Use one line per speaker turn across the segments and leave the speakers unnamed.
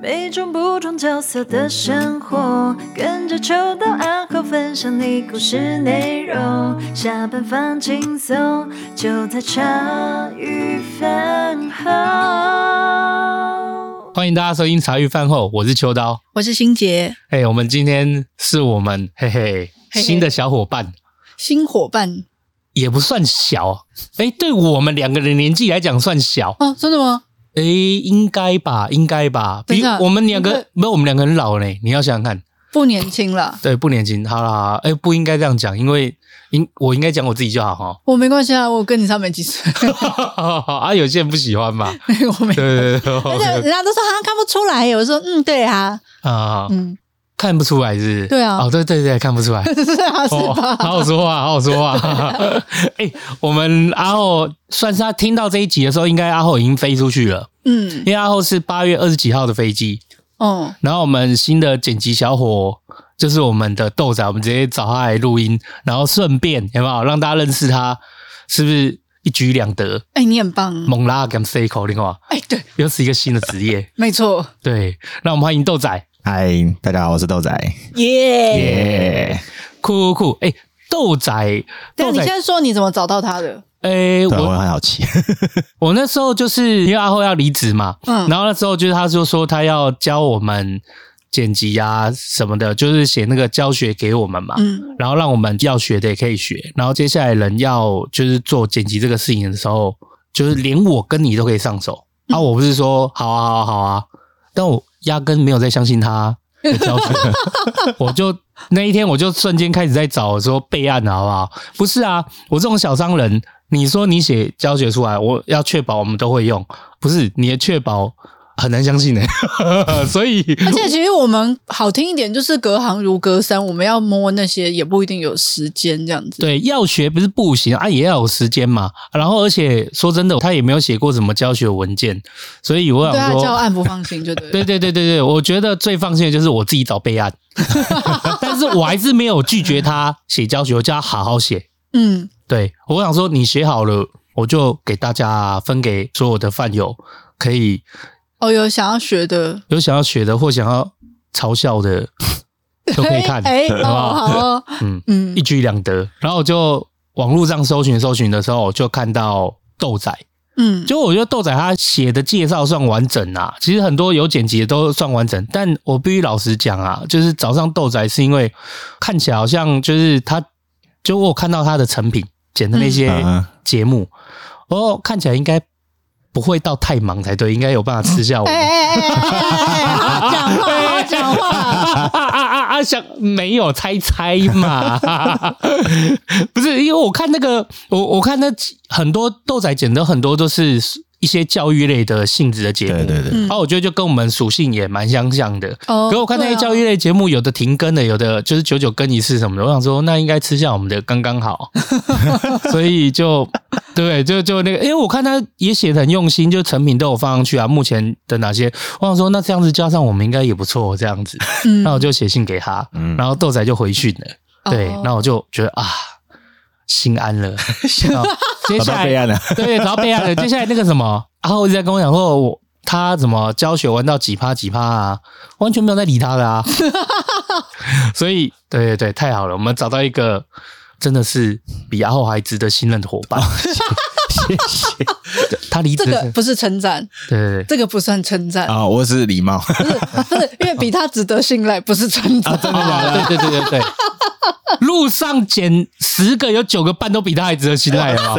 每种不同角色的生活，跟着秋到暗号分享你故事内容。下班放轻松，就在茶余饭后。
欢迎大家收听茶余饭后，我是秋刀。
我是心杰，
哎、我们今天是我们嘿嘿
嘿
新的小伙伴，
新伙伴
也不算小，哎、对我们两个人年纪来讲算小，
哦，真的吗？
哎、应该吧，应该吧，
等一
比
下
我们两
应
个
该
没有我们两个很老嘞，你要想想看，
不年轻了，
对，不年轻，好啦，哎、不应该这样讲，因为应我应该讲我自己就好哈。
我没关系啊，我跟你差没几 岁，
啊，有些人不喜欢嘛，
我没。
对对对
而且人
，OK，
家都说好像啊看不出来耶，我说嗯，对啊，
啊，
嗯，
看不出来是不是？
对啊
哦，对对对，看不出来。
是啊， 是
哦，
吧？
好好说话，好好说话。 哎、我们阿后算是他听到这一集的时候，应该阿后已经飞出去了，
嗯
因，为阿后是八月二十几号的飞机。
哦，
然后我们新的剪辑小伙就是我们的豆仔，我们直接找他来录音，然后顺便有没有让大家认识他？是不是一举两得？
哎，你很棒，
猛拉跟 C 口令话，
哎，对，
又是一个新的职 业。
没错，
对，让我们欢迎豆仔，
嗨，大家好，我是豆仔。
哎
耶。
耶、
酷酷酷！哎、豆仔，
对啊，
豆
你
仔，
先说你怎么找到他的？
哎、
对啊，
我
我很好奇。
我那时候就是因为阿后要离职嘛，
嗯
然后那时候就是他就说他要教我们剪辑啊什么的，就是写那个教学给我们嘛，
嗯
然后让我们要学的也可以学，然后接下来人要就是做剪辑这个事情的时候，就是连我跟你都可以上手。啊，我不是说好啊好啊好啊，但我压根没有在相信他的教学， 我就那一天我就瞬间开始在找说备案了好不好？不是啊，我这种小商人，你说你写教学出来，我要确保我们都会用，不是你的确保很难相信的、欸 所以
而且其实我们好听一点，就是隔行如隔山，我们要摸那些也不一定有时间这样子。
对，要学不是不行啊，也要有时间嘛。然后，而且说真的，他也没有写过什么教学文件，所以我
对
想
啊，教
说，
案不放心就对 了。
对对对对对，我觉得最放心的就是我自己找备案， 但是我还是没有拒绝他写教学，我叫他好好写。
嗯，
对我想说，你写好了，我就给大家分给所有的饭友，可以
哦，有想要学的
有想要学的或想要嘲笑的 都可以看， 好
哎、哎
不
哦，
好？
好哦，
嗯。
嗯
一，举两得。然后我就网络上搜寻搜寻的时候，我就看到豆仔，
嗯，
就我觉得豆仔他写的介绍算完整啊，其实很多有剪辑的都算完整，但我必须老实讲啊，就是早上豆仔是因为看起来好像就是他，就我有看到他的成品剪的那些
嗯嗯
节目，哦，看起来应该不会到太忙才对，应该有办法吃下我
哎
们。
哎哎哎哎，哎好好讲话，好好讲话。
啊啊啊啊！想没有猜猜嘛？ 不是，因为我看那个，我我看那很多豆仔剪的很多都是一些教育类的性质的节目，
对对对，
嗯
然后我觉得就跟我们属性也蛮相像的。
哦
可我看那些教育类节目，有的停更的，有的就是久久更一次什么的。我想说，那应该吃下我们的刚刚 好，所以就对，就就那个，因为我看他也写的很用心，就成品都有放上去啊。目前的哪些，我想说，那这样子加上我们应该也不错，这样子。
嗯
那我就写信给他，
嗯
然后豆仔就回讯了。对
哦，
那我就觉得啊，心安 了。然后接
找
下
到
来
备案了。
对，然后备案了。接下来那个什么，然后一直在跟我讲说，我他怎么教学玩到几趴几趴啊，完全没有在理他的 啊。所以，对对对，太好了，我们找到一个真的是比阿后还值得信任的伙伴。
哦 谢谢
他离职
这
的
个
时，
不是称赞，
对对对，
这个不算称赞，
啊、我是礼 貌。
不是不是，因为比他值得信赖，不是称赞。
哦对对对对对。路上捡十个，有九个半都比他还值得信赖啊！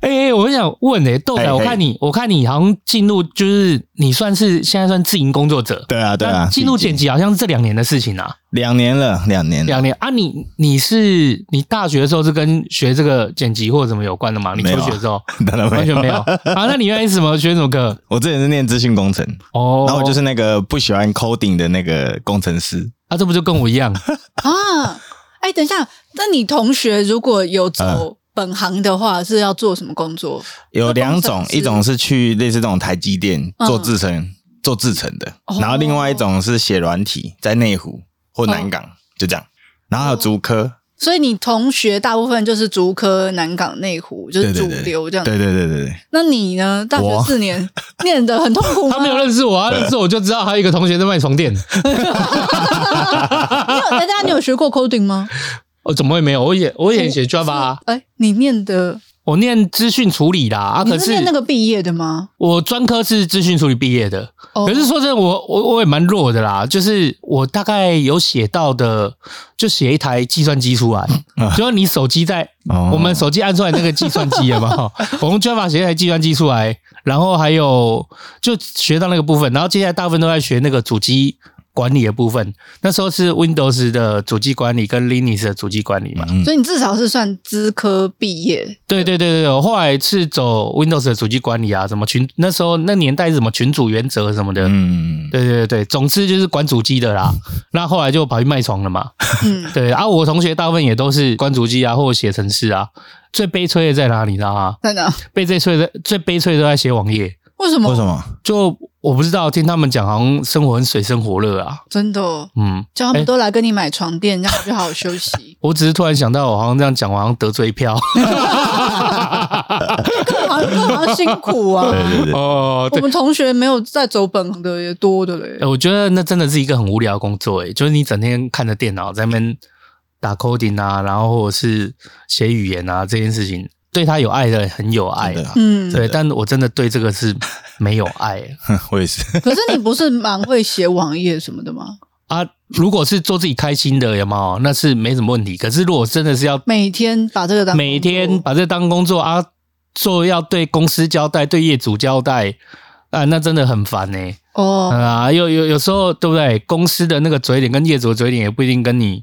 哎、欸，我想问诶、豆
嘿
仔，
嘿
我看你，我看你好像进入就是你算是现在算自营工作者，
对啊对啊
但，进入剪
剪
辑好像是这两年的事情啊，
两年了，两年了，
两年啊你，你是你大学的时候是跟学这个剪辑或者什么有关的吗？你
没有
求
啊
学的时候
当然
完
没
全
有。
没有啊？那你原来是什么学什么科？
我之前是念资讯工程，
哦，
然后我就是那个不喜欢 coding 的那个工程师。
啊，这不就跟我一样？
啊，哎，等一下，那你同学如果有走本行的话，是要做什么工作？
有两种
工程，师
一种是去类似这种台积电
嗯
做制程、做制程的
哦，
然后
嗯
另外一种是写软体，在内湖或南港、就这样。然后还有竹科，
所以你同学大部分就是竹科、南港、内湖，就是
对
主
对对
流
嗯
这样。
对对对对对，
那你呢？大学
我
四年念得很痛苦吗？
他没有认识我啊，认识我就知道还有一个同学在卖床垫。
你有大家你有学过 coding 吗？
我哦怎么会没有？我也我也写 Java，啊
哎、你念的
我念资讯处理啦啊，
你
可
是念那个毕业的吗？
我专科是资讯处理毕业的，
哦
可是说真的，我我我也蛮弱的啦，就是我大概有写到的，就写一台计算机出来，就是你手机在、
哦
我们手机按出来那个计算机有没有？我们 Java 写一台计算机出来，然后还有就学到那个部分，然后接下来大部分都在学那个主机管理的部分。那时候是 Windows 的主机管理跟 Linux 的主机管理嘛，
嗯
所以你至少是算资科毕业，
对对对对，我后来是走 Windows 的主机管理啊，什么群那时候那年代是什么群主原则什么的，
嗯，
对对对对，总之就是管主机的啦。那后来就跑去卖床了嘛。
嗯，
对啊，我同学大部分也都是管主机啊，或者写程式啊。最悲催的在哪里，你知道吗？
真的？啊
被最催的最悲催的都在写网页。
为什么？
为什么？
就我不知道，听他们讲好像生活很水深火热啊。
真的哦，
嗯，
叫他
哎。
们都来跟你买床垫，让我就好好休息
我只是突然想到，我好像这样讲，我好像得罪一票。
各行各行辛苦啊！
对对对，
哦，
我
对。
们同学没有在走本行的也多的嘞
哎、。我觉得那真的是一个很无聊的工作、欸，就是你整天看着电脑在那边打 coding 啊，然后或者是写语言啊，这件事情对他有爱的人很有爱
真的
啊。
嗯，
对，但我真的对这个是没有爱
我也是，
可是你不是蛮会写网页什么的吗？
啊。如果是做自己开心的，有没有？那是没什么问题。可是如果真的是要
每天把这个当
每天
工作
把这当工作啊，做要对公司交代、对业主交代啊，那真的很烦呢、
哦，
啊，有有有时候对不对？公司的那个嘴脸跟业主的嘴脸也不一定跟你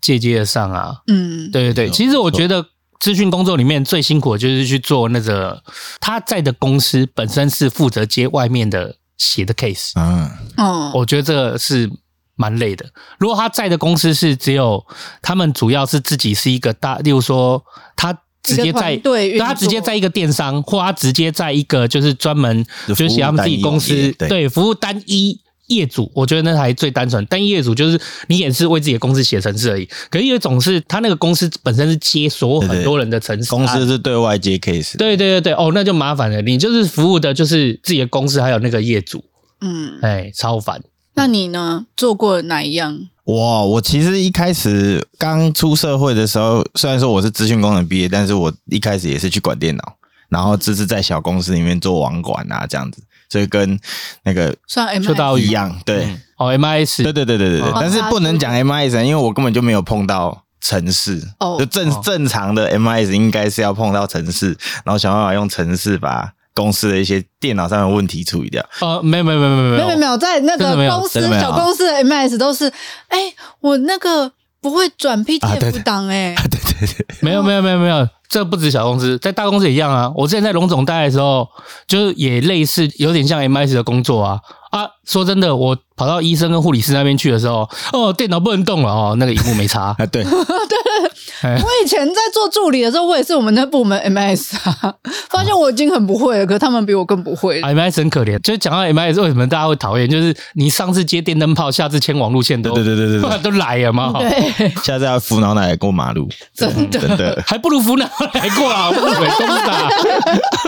借接得上啊。
嗯，
对对对，
没错
其实我觉得资讯工作里面最辛苦的就是去做那个他在的公司本身是负责接外面的写的 case，
嗯，
哦，
我觉得这个是蛮累的。如果他在的公司是只有他们主要是自己是一个大，例如说他。直接在
一个团队运作
他直接在一个电商，或他直接在一个就是专门
就
就是写他们自己公
服务单一
司
业对
对服务单一业主，我觉得那还最单纯。单一业主就是你也是为自己的公司写程式而已，可是有一种是他那个公司本身是接所有
对对
很多人的程式
公
啊
司是对外接 case，
对对对对，哦，那就麻烦了。你就是服务的，就是自己的公司，还有那个业主，
嗯，
哎，超烦。
那你呢？做过哪一样？
哇，我其实一开始刚出社会的时候，虽然说我是资讯工程毕业，但是我一开始也是去管电脑，然后只是在小公司里面做网管啊这样子，所以跟那个
算 M
说到
一样，对，
嗯哦，M I S，
对对对对对对，
哦
但是不能讲 MIS，因为我根本就没有碰到城市，
哦
就正正常的 MIS 应该是要碰到城市，然后想办法用城市把公司的一些电脑上的问题处理掉。
哦，没有没有没有没有
没有没有没有，在那
真的
个
没有
公司
真的没有
小公司的 MS 都是，哎，我那个不会转
啊对对
PDF 档哎，
对对对，，
没有没有没有没有，这不止小公司，在大公司也一样啊。我之前在龙总待的时候，就是也类似，有点像 M S 的工作啊啊。说真的，我跑到医生跟护理师那边去的时候，哦，电脑不能动了哦，那个荧幕没插 哎
啊对，
我以前在做助理的时候，我也是我们那部门 MS 啊，发现我已经很不会了，可他们比我更不会。
啊
M S 很可怜。就是讲到 M S 为什么大家会讨厌，就是你上次接电灯泡，下次牵网路线都
对对对对对对
都来了嘛，哦
对，
下次要扶老奶奶过马路，
真的
真的，
还不如扶南来过啊，我以为都是打，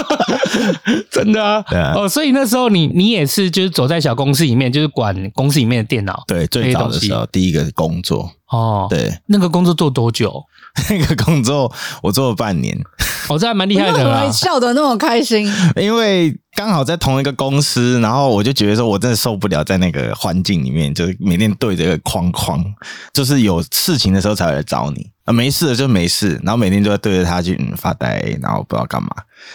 真的啊
对啊
哦，所以那时候你你也是就是走在小公司里面，就是管公司里面的电脑
对，最早的时候第一个工作，
哦，。
对
那个工作做多久？
那个工作我做了半年，
哦，这还蛮厉
你
害
啊
为什
的啦
么。笑得那么开心？
因为刚好在同一个公司，然后我就觉得说，我真的受不了在那个环境里面，就是每天对着一个框框，就是有事情的时候才会来找你，啊，没事了就没事，然后每天都在对着他去、嗯、发呆，然后不知道干嘛，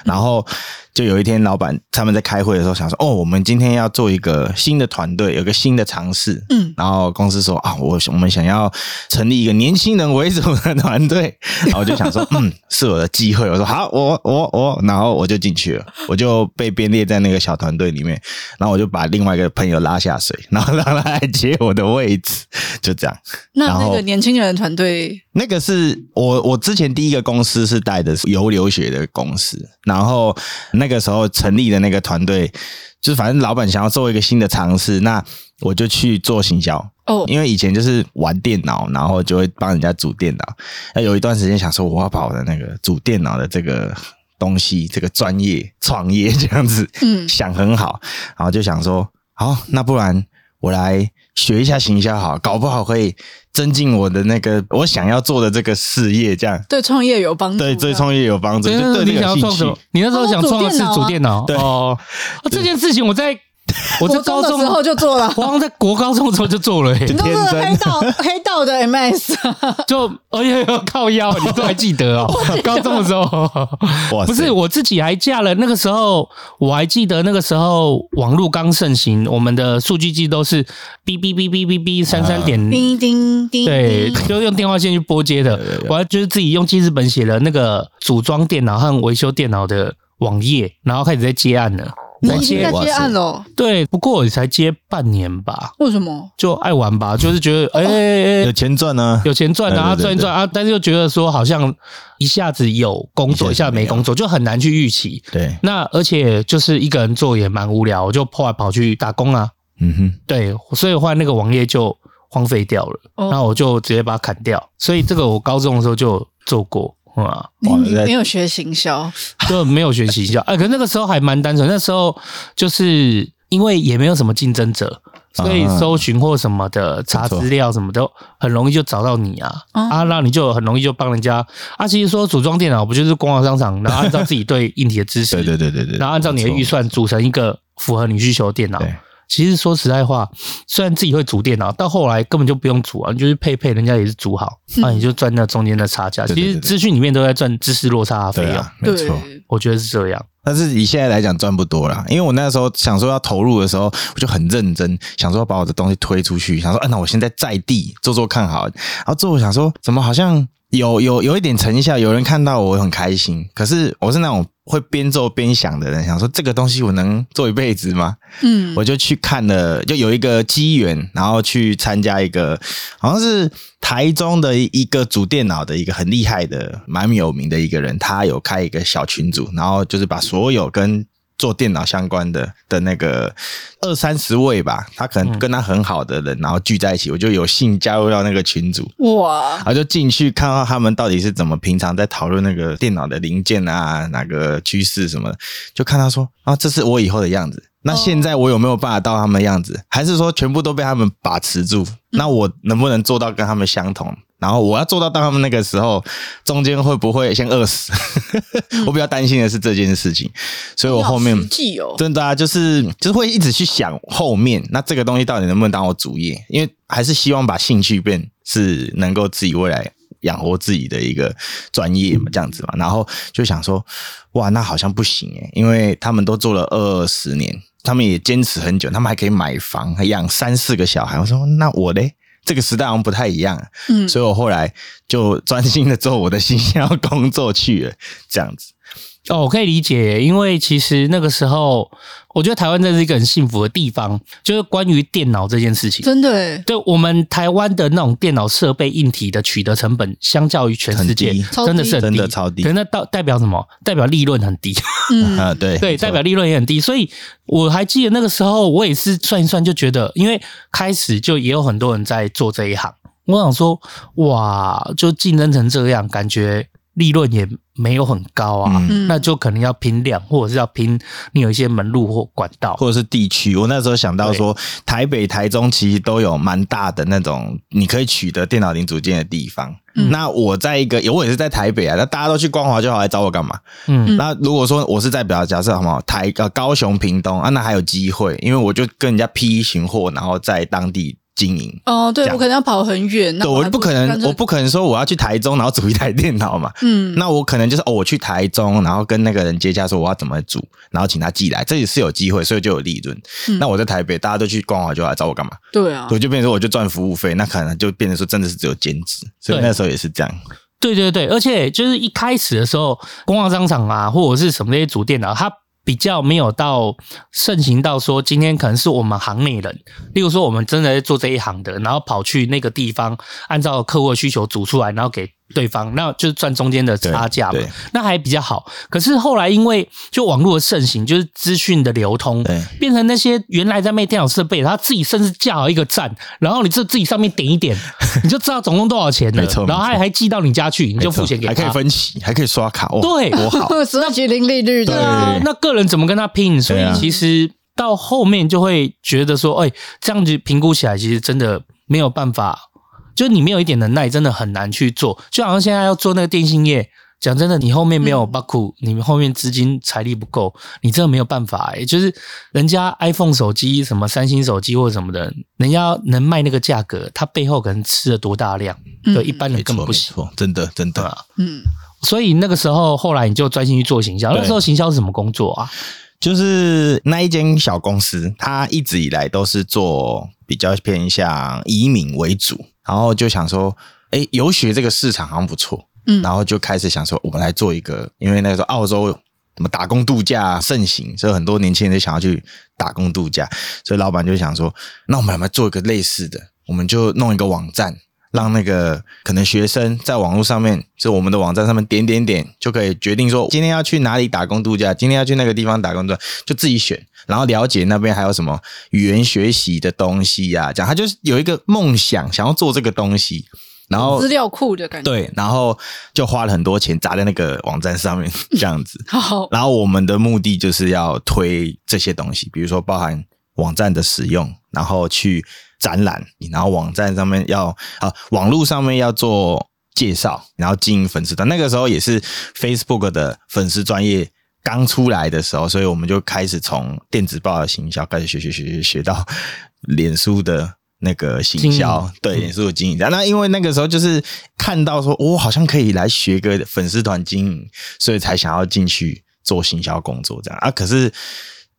然后就有一天，老板他们在开会的时候想说，哦，我们今天要做一个新的团队，有个新的尝试，
嗯，
然后公司说啊，我我们想要成立一个年轻人为主的团队，然后我就想说，嗯，是我的机会。我说好，我我我，然后我就进去了，我就被编列在那个小团队里面，然后我就把另外一个朋友拉下水，然后让他来接我的位置，就这样。
那
然
那
后
个年轻人的团队
那个是我我之前第一个公司是带的是游留学的公司，然后那个时候成立的那个团队，就是反正老板想要做一个新的尝试，那我就去做行销。
哦，
因为以前就是玩电脑，然后就会帮人家组电脑。那有一段时间想说，我要把我的那个组电脑的这个东西，这个专业创业这样子，
嗯
想很好，然后就想说，好，那不然我来学一下行销，好了，搞不好可以增进我的那个我想要做的这个事业，这样
对创业有帮助。啊
对对创业有帮助，就对
嗯你想
这个
要
有兴
创什么
趣。？
你那时候想创的是主电脑
对
哦。啊这件事情我在我在
我
高
中的
中
时候就做了
我，好像在国高中的时候就做了、欸
你，都是
天 真
黑道黑道的啊 MS，
就而且要靠腰，你都还记得哦？高中的时候，
哇塞
不是我自己还嫁了。那个时候我还记得，那个时候网络刚盛行，我们的数据机都是哔哔哔哔哔哔三三
嗯
点
啊
叮叮叮，
对，
叮
就 用电话线去拨接的。我还就是自己用记事本写了那个组装电脑和维修电脑的网页，然后开始在接案了。
你
在
已经在
接
接案了，
对，不过我才接半年吧，
为什么？
就爱玩吧，就是觉得哎哎
有
哎
钱赚呢、
有钱赚啊，
对对
赚
对
一赚啊，但是又觉得说好像一下子有工作，
一
一
下
下
子
子
没有
没工作，就很难去预期。
对，
那而且就是一个人做也蛮无聊，我就后来跑去打工啊。
嗯哼，
对，所以后来那个网页就荒废掉了，
哦
然后我就直接把它砍掉。所以这个我高中的时候就有做过啊，
哇
你
在
没有学行销，
就没有学习一下。哎、可是那个时候还蛮单纯，那时候就是因为也没有什么竞争者，所以
啊
搜寻或什么的、查
错
资料什么的，很容易就找到你啊。
哦
啊，那你就很容易就帮人家。啊，其实说组装电脑不就是光华商场，然后按照自己对硬体的知识，
对对对对对，
然后按照你的预算组成一个符合你需求的电脑。
对
其实说实在话，虽然自己会组电脑，到后来根本就不用组啊，你就是配配人家也是组好，那、你就赚那中间的差价。
对对对
其实资讯里面都在赚知识落差的费
对
用，
啊，没
对
错。
我觉得是这样。
但是以现在来讲赚不多啦，因为我那时候想说要投入的时候，我就很认真，想说要把我的东西推出去，想说，啊，那我现在在地做做看好了，然后最后想说，怎么好像有有有一点成效，有人看到我我很开心，可是我是那种会边做边想的人，想说这个东西我能做一辈子吗？
嗯，
我就去看了，就有一个机缘，然后去参加一个好像是台中的一个主电脑的一个很厉害的、蛮有名的一个人，他有开一个小群组，然后就是把所有跟做电脑相关的的那个二三十位吧，他可能跟他很好的人，然后聚在一起，我就有幸加入到那个群组，
哇
然，后就进去看到他们到底是怎么平常在讨论那个电脑的零件啊，哪个趋势什么的，就看他说啊，这是我以后的样子。那现在我有没有办法到他们的样子？还是说全部都被他们把持住？那我能不能做到跟他们相同？然后我要做到到他们那个时候，中间会不会先饿死？ 我比较担心的是这件事情，所以我后面
好实际哦，
真的啊，就是就是会一直去想后面，那这个东西到底能不能当我主业？因为还是希望把兴趣变是能够自己未来养活自己的一个专业嘛，这样子嘛。然后就想说，哇，那好像不行诶，因为他们都做了二十年，他们也坚持很久，他们还可以买房，还养三四个小孩。我说，那我嘞？这个时代好像不太一样，啊
嗯，
所以我后来就专心的做我的行销工作去了，这样子。
哦，我可以理解，因为其实那个时候，我觉得台湾真是一个很幸福的地方，就是关于电脑这件事情。
真的耶
对我们台湾的那种电脑设备硬体的取得成本，相较于全世界
很低，
超低
真的是很低
真的超低
可是那代代表什么？代表利润很低。
嗯，
啊，对
对，
没错
代表利润也很低，所以我还记得那个时候，我也是算一算就觉得，因为开始就也有很多人在做这一行，我想说，哇，就竞争成这样，感觉利润也没有很高啊，
嗯
那就可能要拼量，或者是要拼你有一些门路或管道。
或者是地区。我那时候想到说，台北、台中其实都有蛮大的那种你可以取得电脑零组件的地方。
嗯
那我在一个，我也是在台北啊，那大家都去光华就好，来找我干嘛？
嗯
嗯
那如果说我是在比较假设好不好，台呃高雄、屏东啊，那还有机会，因为我就跟人家批行货，然后在当地经营。
哦，对
这样
我可能要跑很远，那
对，我
还
不可
干
能，
脆
我不可能说我要去台中，然后组一台电脑嘛。
嗯，
那我可能就是哦，我去台中，然后跟那个人接洽说我要怎么煮，然后请他寄来，这也是有机会，所以就有利润。
嗯
那我在台北，大家都去逛完就来找我干嘛？
对啊，
我，就变成说我就赚服务费，那可能就变成说真的是只有兼职，所以
对
那时候也是这样。
对对对，而且就是一开始的时候，工厂商场啊，或者是什么那些主电脑，它比较没有到盛行到说，今天可能是我们行内人，例如说我们真的在做这一行的，然后跑去那个地方，按照客户的需求组出来，然后给对方，那就是赚中间的差价嘛
对对，
那还比较好。可是后来因为就网络的盛行，就是资讯的流通
对，
变成那些原来在卖电脑设备，他自己甚至架好一个站，然后你就自己上面点一 点，你就知道总共多少钱了，
没错
然后
没
还
错
还寄到你家去，你
没
就
错
付钱给他，
还可以分期，还可以刷卡，哇，哦
对啊
多 好
所以零利率
对
对
啊，那个人怎么跟他拼？所以
对啊
其实到后面就会觉得说，哎、这样子评估起来，其实真的没有办法，就你没有一点能耐，真的很难去做。就好像现在要做那个电信业，讲真的，你后面没有 b a k 你后面资金财力不够，你真的没有办法、哎，就是人家 iPhone 手机、什么三星手机或什么的，人家能卖那个价格，它背后可能吃了多大量，
嗯
对一般人
没
根
错
本不
没
行。
错，真的真的，
啊
嗯，
所以那个时候，后来你就专心去做行销。
对
那时候行销是什么工作啊？
就是那一间小公司，它一直以来都是做比较偏向移民为主，然后就想说，哎，游学这个市场好像不错，
嗯
然后就开始想说，我们来做一个，因为那个时候澳洲什么打工度假盛行，所以很多年轻人就想要去打工度假，所以老板就想说，那我们来做一个类似的，我们就弄一个网站。让那个可能学生在网络上面，就我们的网站上面点点点，就可以决定说今天要去哪里打工度假，今天要去那个地方打工度假，就自己选，然后了解那边还有什么语言学习的东西呀、啊，讲他就是有一个梦想，想要做这个东西，然后
资料库的感觉，
对，然后就花了很多钱砸在那个网站上面这样子。
好，
然后我们的目的就是要推这些东西，比如说包含网站的使用，然后去展览，然后网站上面要啊，网络上面要做介绍，然后经营粉丝团。那个时候也是 Facebook 的粉丝专业。刚出来的时候，所以我们就开始从电子报的行销开始学学学学学到脸书的那个行销
经营，
对，脸书的经营。那因为那个时候就是看到说，哦我、好像可以来学个粉丝团经营，所以才想要进去做行销工作这样啊。可是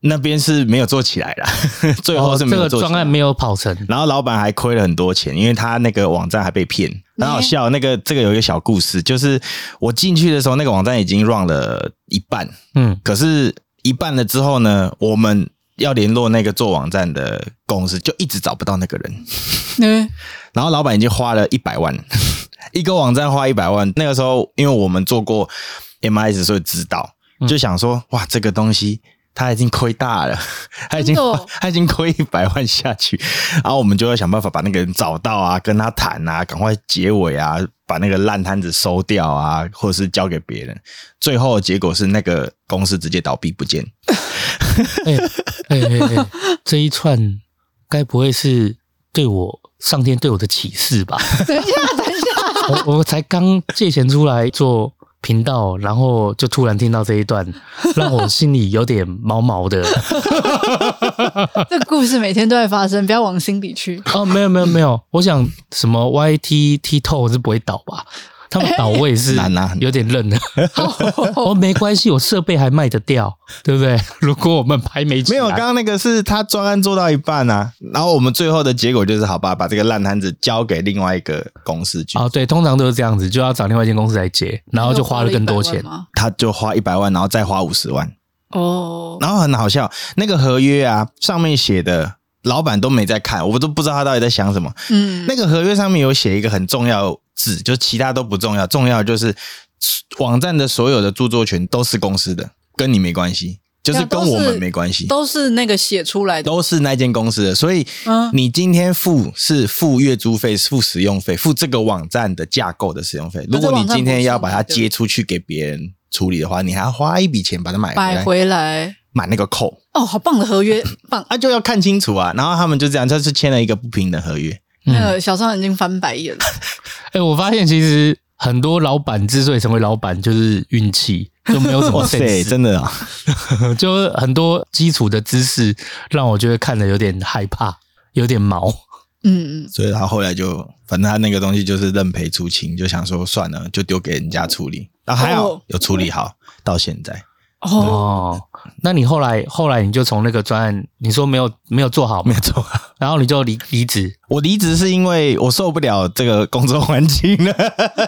那边是没有做起来啦，最后是
哦
没
这
有
个
做起来。
专案没有跑成，
然后老板还亏了很多钱，因为他那个网站还被骗，很好笑。那个这个有一个小故事，就是我进去的时候，那个网站已经 run 了一半，
嗯，
可是，一半了之后呢，我们要联络那个做网站的公司，就一直找不到那个人。
嗯，
然后老板已经花了一百万， 一个网站花一百万。那个时候，因为我们做过 MS，所以知道，
嗯
就想说，哇，这个东西。他已经亏大了，他已经、
真的哦
他已经亏一百万下去，然后我们就要想办法把那个人找到啊，跟他谈啊，赶快结尾啊，把那个烂摊子收掉啊，或者是交给别人。最后的结果是那个公司直接倒闭不见，
哎哎哎，哎这一串该不会是对我上天对我的启示 吧？
等一下，等一下，
我我才刚借钱出来做频道，然后就突然听到这一段，让我心里有点毛毛的。
这个故事每天都在发生，不要往心里去。
哦，没有没有没有，我想什么 YT T t o 是不会倒吧？他们倒我也是
难啊
有点愣了。哦，没关系，我设备还卖得掉，对不对？如果我们拍没起
没有，
来
刚刚那个是他专案做到一半啊，然后我们最后的结果就是，好吧，把这个烂摊子交给另外一个公司去，
哦，对，通常都是这样子，就要找另外一间公司来接，然后就花了更多钱
100万。吗
他就花一百万，然后再花五十万，
哦，
然后很好笑，那个合约啊，上面写的老板都没在看，我都不知道他到底在想什么。
嗯，
那个合约上面有写一个很重要的字，就其他都不重要，重要的就是网站的所有的著作权都是公司的，跟你没关系，就是跟我们没关系。
啊都是那个写出来的，
都是那间公司的，所以
嗯
你今天付是付月租费、付使用费、付这个网站的架构的使用费。
那
如
这
果
网站
你今
不
天
是
要把它
你的
接出去给别人处理的话，你还要花一笔钱把它买回
摆
来，
回来。
买那个扣
哦，好棒的合约，棒！
啊，就要看清楚啊。然后他们就这样，他是签了一个不平等 合约。
嗯
那个小商人已经翻白眼了。
哎、我发现其实很多老板之所以成为老板，就是运气，就没有什么
哇塞，
sense，
真的啊！
就是很多基础的知识让我觉得看的有点害怕，有点毛。
嗯，嗯，
所以他后来就，反正他那个东西就是认赔出清，就想说算了，就丢给人家处理。然后还好
哦
有处理好，到现在。
哦，
哦，那你后来后来你就从那个专案，你说没有没有做好嘛，
没错，
然后你就离离 职，
我离职是因为我受不了这个工作环境了。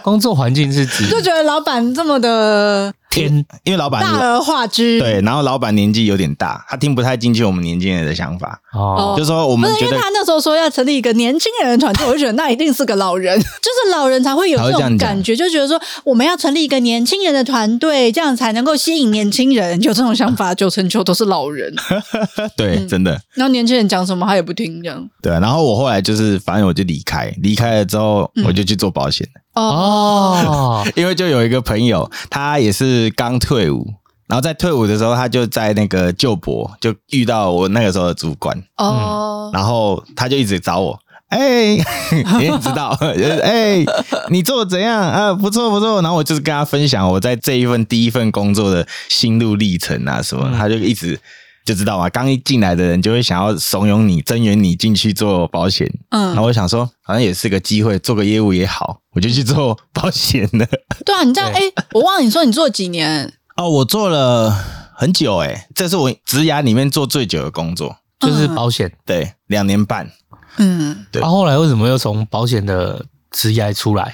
工作环境是指
就觉得老板这么的
偏
因为老板
大而化之。
对，然后老板年纪有点大，他听不太进去我们年轻人的想法，
哦，
就是说我
不
们
是
觉
因为
得
他那时候说要成立一个年轻人的团队，我就觉得那一定是个老 人，就是老人才会有
才会
这种
这样讲
感觉，就觉得说我们要成立一个年轻人的团队，这样才能够吸引年轻人。有这种想法，九成九都是老 人。
对，
嗯
真的
然后年轻人讲什么他也不听，这样
对。啊然后我后来就是，反正我就离开，离开了之后
嗯
我就去做保险了，
哦，
因为就有一个朋友，他也是刚退伍。然后在退伍的时候，他就在那个旧博就遇到我那个时候的主管，
哦，
然后他就一直找我，哎、 你也知道， 就是哎、你做得怎样啊？不错不错。然后我就是跟他分享我在这一份第一份工作的心路历程啊什么，他就一直就知道嘛，刚一进来的人就会想要怂恿你、增援你进去做保险。
嗯
然后我想说，好像也是个机会，做个业务也好，我就去做保险了。
对啊，你这样哎、我忘了你说你做几年，
哦，我做了很久哎、这是我职涯里面做最久的工作，
就是保险。啊
对，两年半。
嗯，
对
他后来为什么又从保险的职业出来？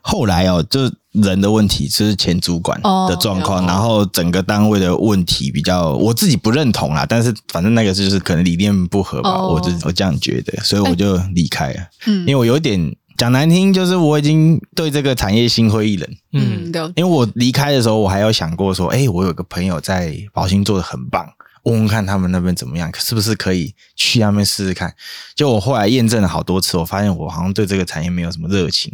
后来哦，就是人的问题，就是前主管
哦
的状况，
了解
然后整个单位的问题比较，我自己不认同啦，但是反正那个就是可能理念不合吧，
哦
我就我这样觉得，所以我就离开了，
嗯
因为我有点讲难听，就是我已经对这个产业心灰意冷，
嗯
嗯，了解
因为我离开的时候，我还有想过说，哎、我有个朋友在保兴做的很棒，问问看他们那边怎么样，是不是可以去那边试试看？就我后来验证了好多次，我发现我好像对这个产业没有什么热情。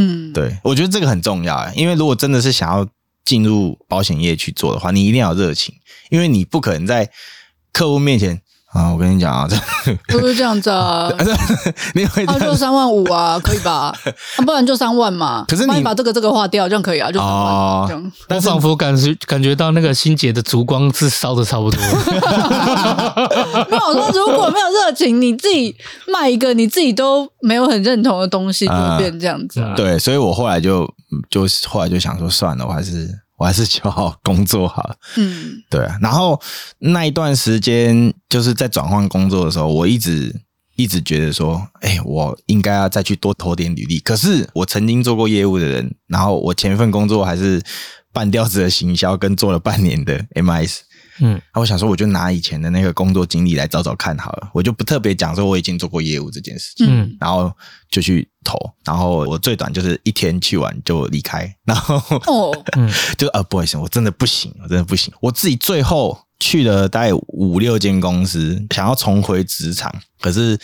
嗯，
对，我觉得这个很重要啊，因为如果真的是想要进入保险业去做的话，你一定要有热情，因为你不可能在客户面前啊，我跟你讲啊，这
不是这样子 啊。
你会这
啊，
样
就三万五啊，可以 吧？啊不然就三万嘛。
可是你
帮把这个这个划掉，这样可以啊，就三万、
哦
这样。
我仿佛感觉感觉到那个心结的烛光是烧的差不 多了，
没有我说，如果没有热情，你自己卖一个你自己都没有很认同的东西，就
啊
会变这样子啊。
对，所以我后来就嗯就后来就想说，算了，我还是我还是求好工作好了。
嗯
对啊，然后那一段时间就是在转换工作的时候，我一直一直觉得说，哎、我应该要再去多投点履历。可是我曾经做过业务的人，然后我前一份工作还是半吊子的行销，跟做了半年的 MIS。
嗯，
啊那我想说，我就拿以前的那个工作经历来找找看好了，我就不特别讲说我已经做过业务这件事情。
嗯
然后就去投，然后我最短就是一天去完就离开，然后
哦，
嗯
就呃不好意思，我真的不行，我真的不行，我自己最后去了大概五六间公司，想要重回职场，可是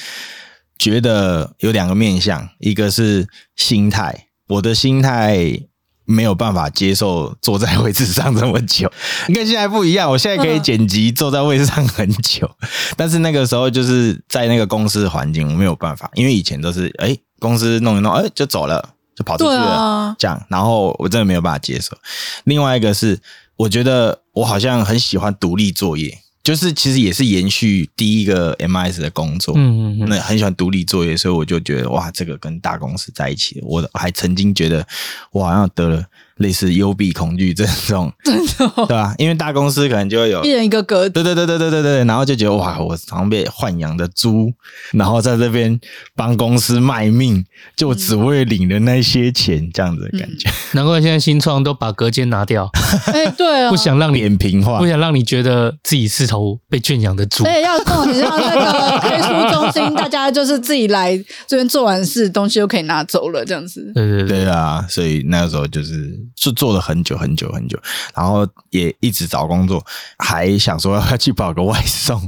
觉得有两个面向，一个是心态，我的心态。没有办法接受坐在位置上这么久，跟现在不一样。我现在可以
嗯
剪辑坐在位置上很久，但是那个时候就是在那个公司的环境，我没有办法，因为以前都是哎、诶公司弄一弄，哎、就走了，就跑出去
对
了，
啊，
这样，然后我真的没有办法接受。另外一个是，我觉得我好像很喜欢独立作业，就是其实也是延续第一个 MIS 的工作，
嗯嗯嗯，
那很喜欢独立作业，所以我就觉得哇，这个跟大公司在一起，我还曾经觉得我好像得了类似幽闭恐惧症这 种，对吧、因为大公司可能就会有
一人一个格 子。
对对对对对对对，然后就觉得哇，我常被豢养的猪，然后在这边帮公司卖命，就只
嗯
为领的那些钱，这样子的感觉，
难怪现在新创都把隔间拿掉，
哎、对啊，
不想让你
扁平化
不。想让你觉得自己是头被圈养的猪
而。且哎要送你像那个退出中心，大家就是自己来这边做完事，东西就可以拿走了，这样子。
对对对，
对啊，所以那个时候就是就做了很久很久很久，然后也一直找工作，还想说要不要去跑个外送，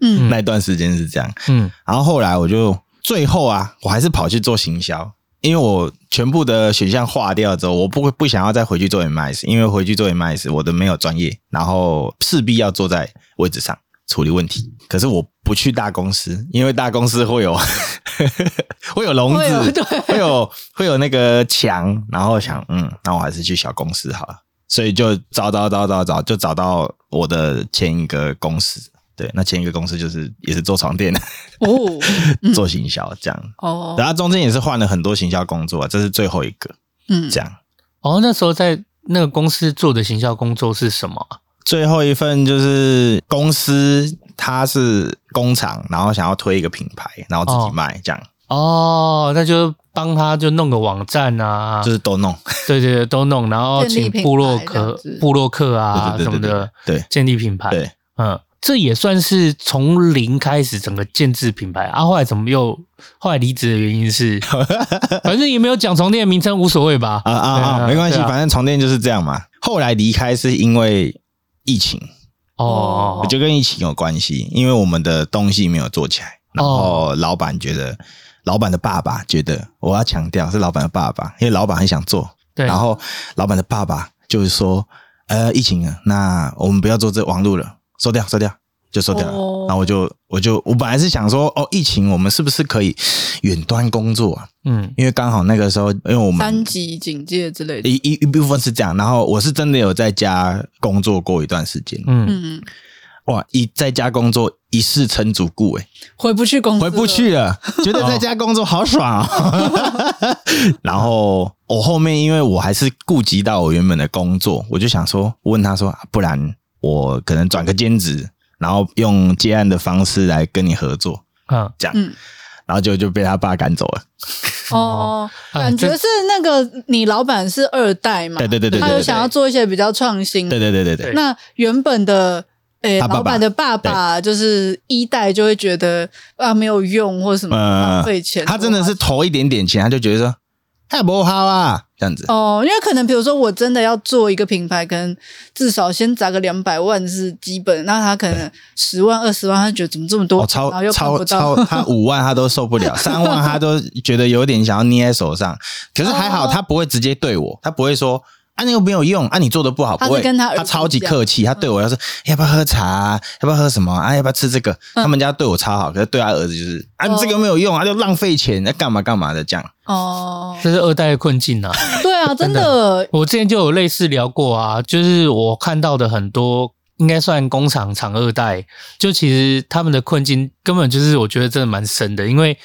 嗯
那段时间是这样。
嗯
然后后来我就最后啊，我还是跑去做行销，因为我全部的选项划掉之后，我不不想要再回去做 MS，因为回去做 MS 我的没有专业，然后势必要坐在位置上处理问题。可是我不去大公司，因为大公司会有 会有笼
会有
子
对，
会有会有那个墙，然后想嗯，那我还是去小公司好了。所以就找找找找找，就找到我的前一个公司。对，那前一个公司就是也是做床垫的，
哦
嗯
做行销这样。
哦，
然后中间也是换了很多行销工作，这是最后一个
嗯
这样。
哦，那时候在那个公司做的行销工作是什么啊？
最后一份就是公司，它是工厂，然后想要推一个品牌，然后自己卖这样。
哦，那就帮他就弄个网站啊，
就是都弄，
对对对，都弄，然后
建立
请
品
部落
牌这样
客
子
部落客啊
对
什
对
么
对对
的
对对
建立品牌，
对，
嗯，这也算是从零开始整个建制品牌啊。后来怎么又后来离职的原因 是，反正也没有讲床垫的名称，无所谓吧？
啊啊
对
啊，没关系，
对啊
反正床垫就是这样嘛。后来离开是因为疫情，
哦哦，
我
哦
觉得跟疫情有关系，因为我们的东西没有做起来，然
哦
后老板觉得，老板的爸爸觉得，我要强调是老板的爸爸，因为老板很想做，
对，
然后老板的爸爸就是说，呃，疫情了，那我们不要做这网络了，收掉，收掉，就收掉了。
哦
然后我就我就我本来是想说，哦，疫情我们是不是可以远端工作啊？
嗯
因为刚好那个时候，因为我们
三级警戒之类的。
一一一部分是这样，然后我是真的有在家工作过一段时间，
嗯，
嗯，
哇，一在家工作一世成主顾、欸，
回不去公司，
回不。去了，觉得在家工作好爽 哦。然后我后面因为我还是顾及到我原本的工作，我就想说，问他说，啊不然我可能转个兼职，然后用接案的方式来跟你合作，
嗯，
这样，
嗯
然后就就被他爸赶走了。
哦，
啊
感觉
这
是那个你老板是二代嘛？
哎对对对对对
他有想要做一些比较创新。
对对对对对，
那原本的诶，
他爸爸
老板的爸爸就是一代就会觉得啊没有用或什么浪费钱。
嗯他真的是投一点点钱，他就觉得说，太不好啊，这样子。
哦，因为可能比如说我真的要做一个品牌，可能至少先砸个两百万是基本，那他可能十万二十万，他觉得怎么这么多
哦，
钱，然后
超
又看
超
不到。
超，他五万他都受 不了，三万他都觉得有点想要捏在手上。可是还好，
哦
他不会直接对我，他不会说啊那个没有用啊你做的不好，
他
不
是
会。
跟他儿
他
子嗯
超级
讲
客气，他对我要是要不要喝茶啊，要不要喝什么啊，要不要吃这个？
嗯
他们家对我超好，可是对他儿子就是啊你这个没有用啊，就浪费钱，那干嘛干嘛的这样。
哦，
这是二代的困境啊。
对啊，真的，
我之前就有类似聊过啊，就是我看到的很多，应该算工厂厂二代，就其实他们的困境根本就是我觉得真的蛮深的，因为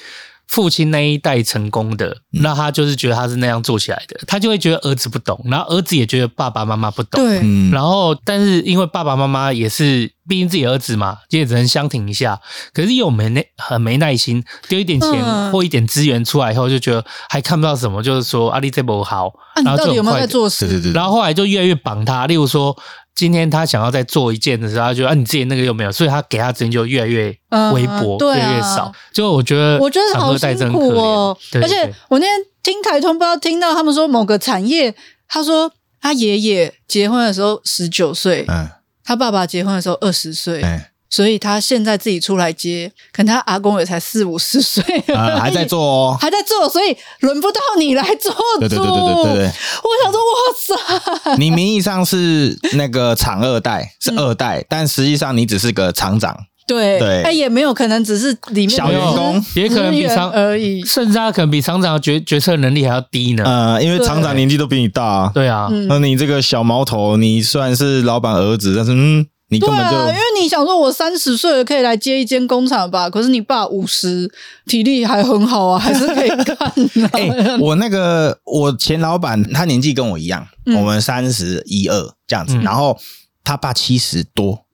父亲那一代成功的，
嗯
那他就是觉得他是那样做起来的，他就会觉得儿子不懂，然后儿子也觉得爸爸妈妈不懂。
对，
嗯，
然后，但是因为爸爸妈妈也是，毕竟自己儿子嘛，也只能相挺一下。可是又没耐，很没耐心，丢一点钱
嗯
或一点资源出来以后，就觉得还看不到什么，就是说阿力这不好，
啊，你
然后
到
就
底有
很
没有
快
在
地
做
对
事？
对对
然后后来就越来越绑他。例如说，今天他想要再做一件的时候，他就啊你之前那个又没有，所以他给他资源就越来越
嗯
微薄，
对
越
啊
来越少。就我觉
呃
得，
我觉得好辛苦哦。
对
而
对
且
对
我那天听台通，不知道听到他们说某个产业，他说他爷爷结婚的时候十九岁，
嗯
他爸爸结婚的时候二十岁，
哎
所以他现在自己出来接，可能他阿公也才四五十岁而已、
啊还在做哦，
还在做，所以轮不到你来做主。
对对对对对对对。
我想说，哇塞，
你名义上是那个厂二代，
嗯
是二代，但实际上你只是个厂长。
对，
对
哎，也没有可能只是里面
小
的
员
资
工
也可能比
资源嗯
厂
而已。
甚至他可能比厂长的决决策能力还要低呢。
呃，因为
对
厂长年纪都比你大啊。
对啊，
嗯
那你这个小毛头，你虽然是老板儿子，但是嗯，你根
对
本就
啊，因为你想说，我三十岁了可以来接一间工厂吧？可是你爸五十，体力还很好啊，还是可以啊干 的、
哎、我那个我前老板他年纪跟我一样，
嗯
我们三十一二这样子，
嗯
然后他爸七十多，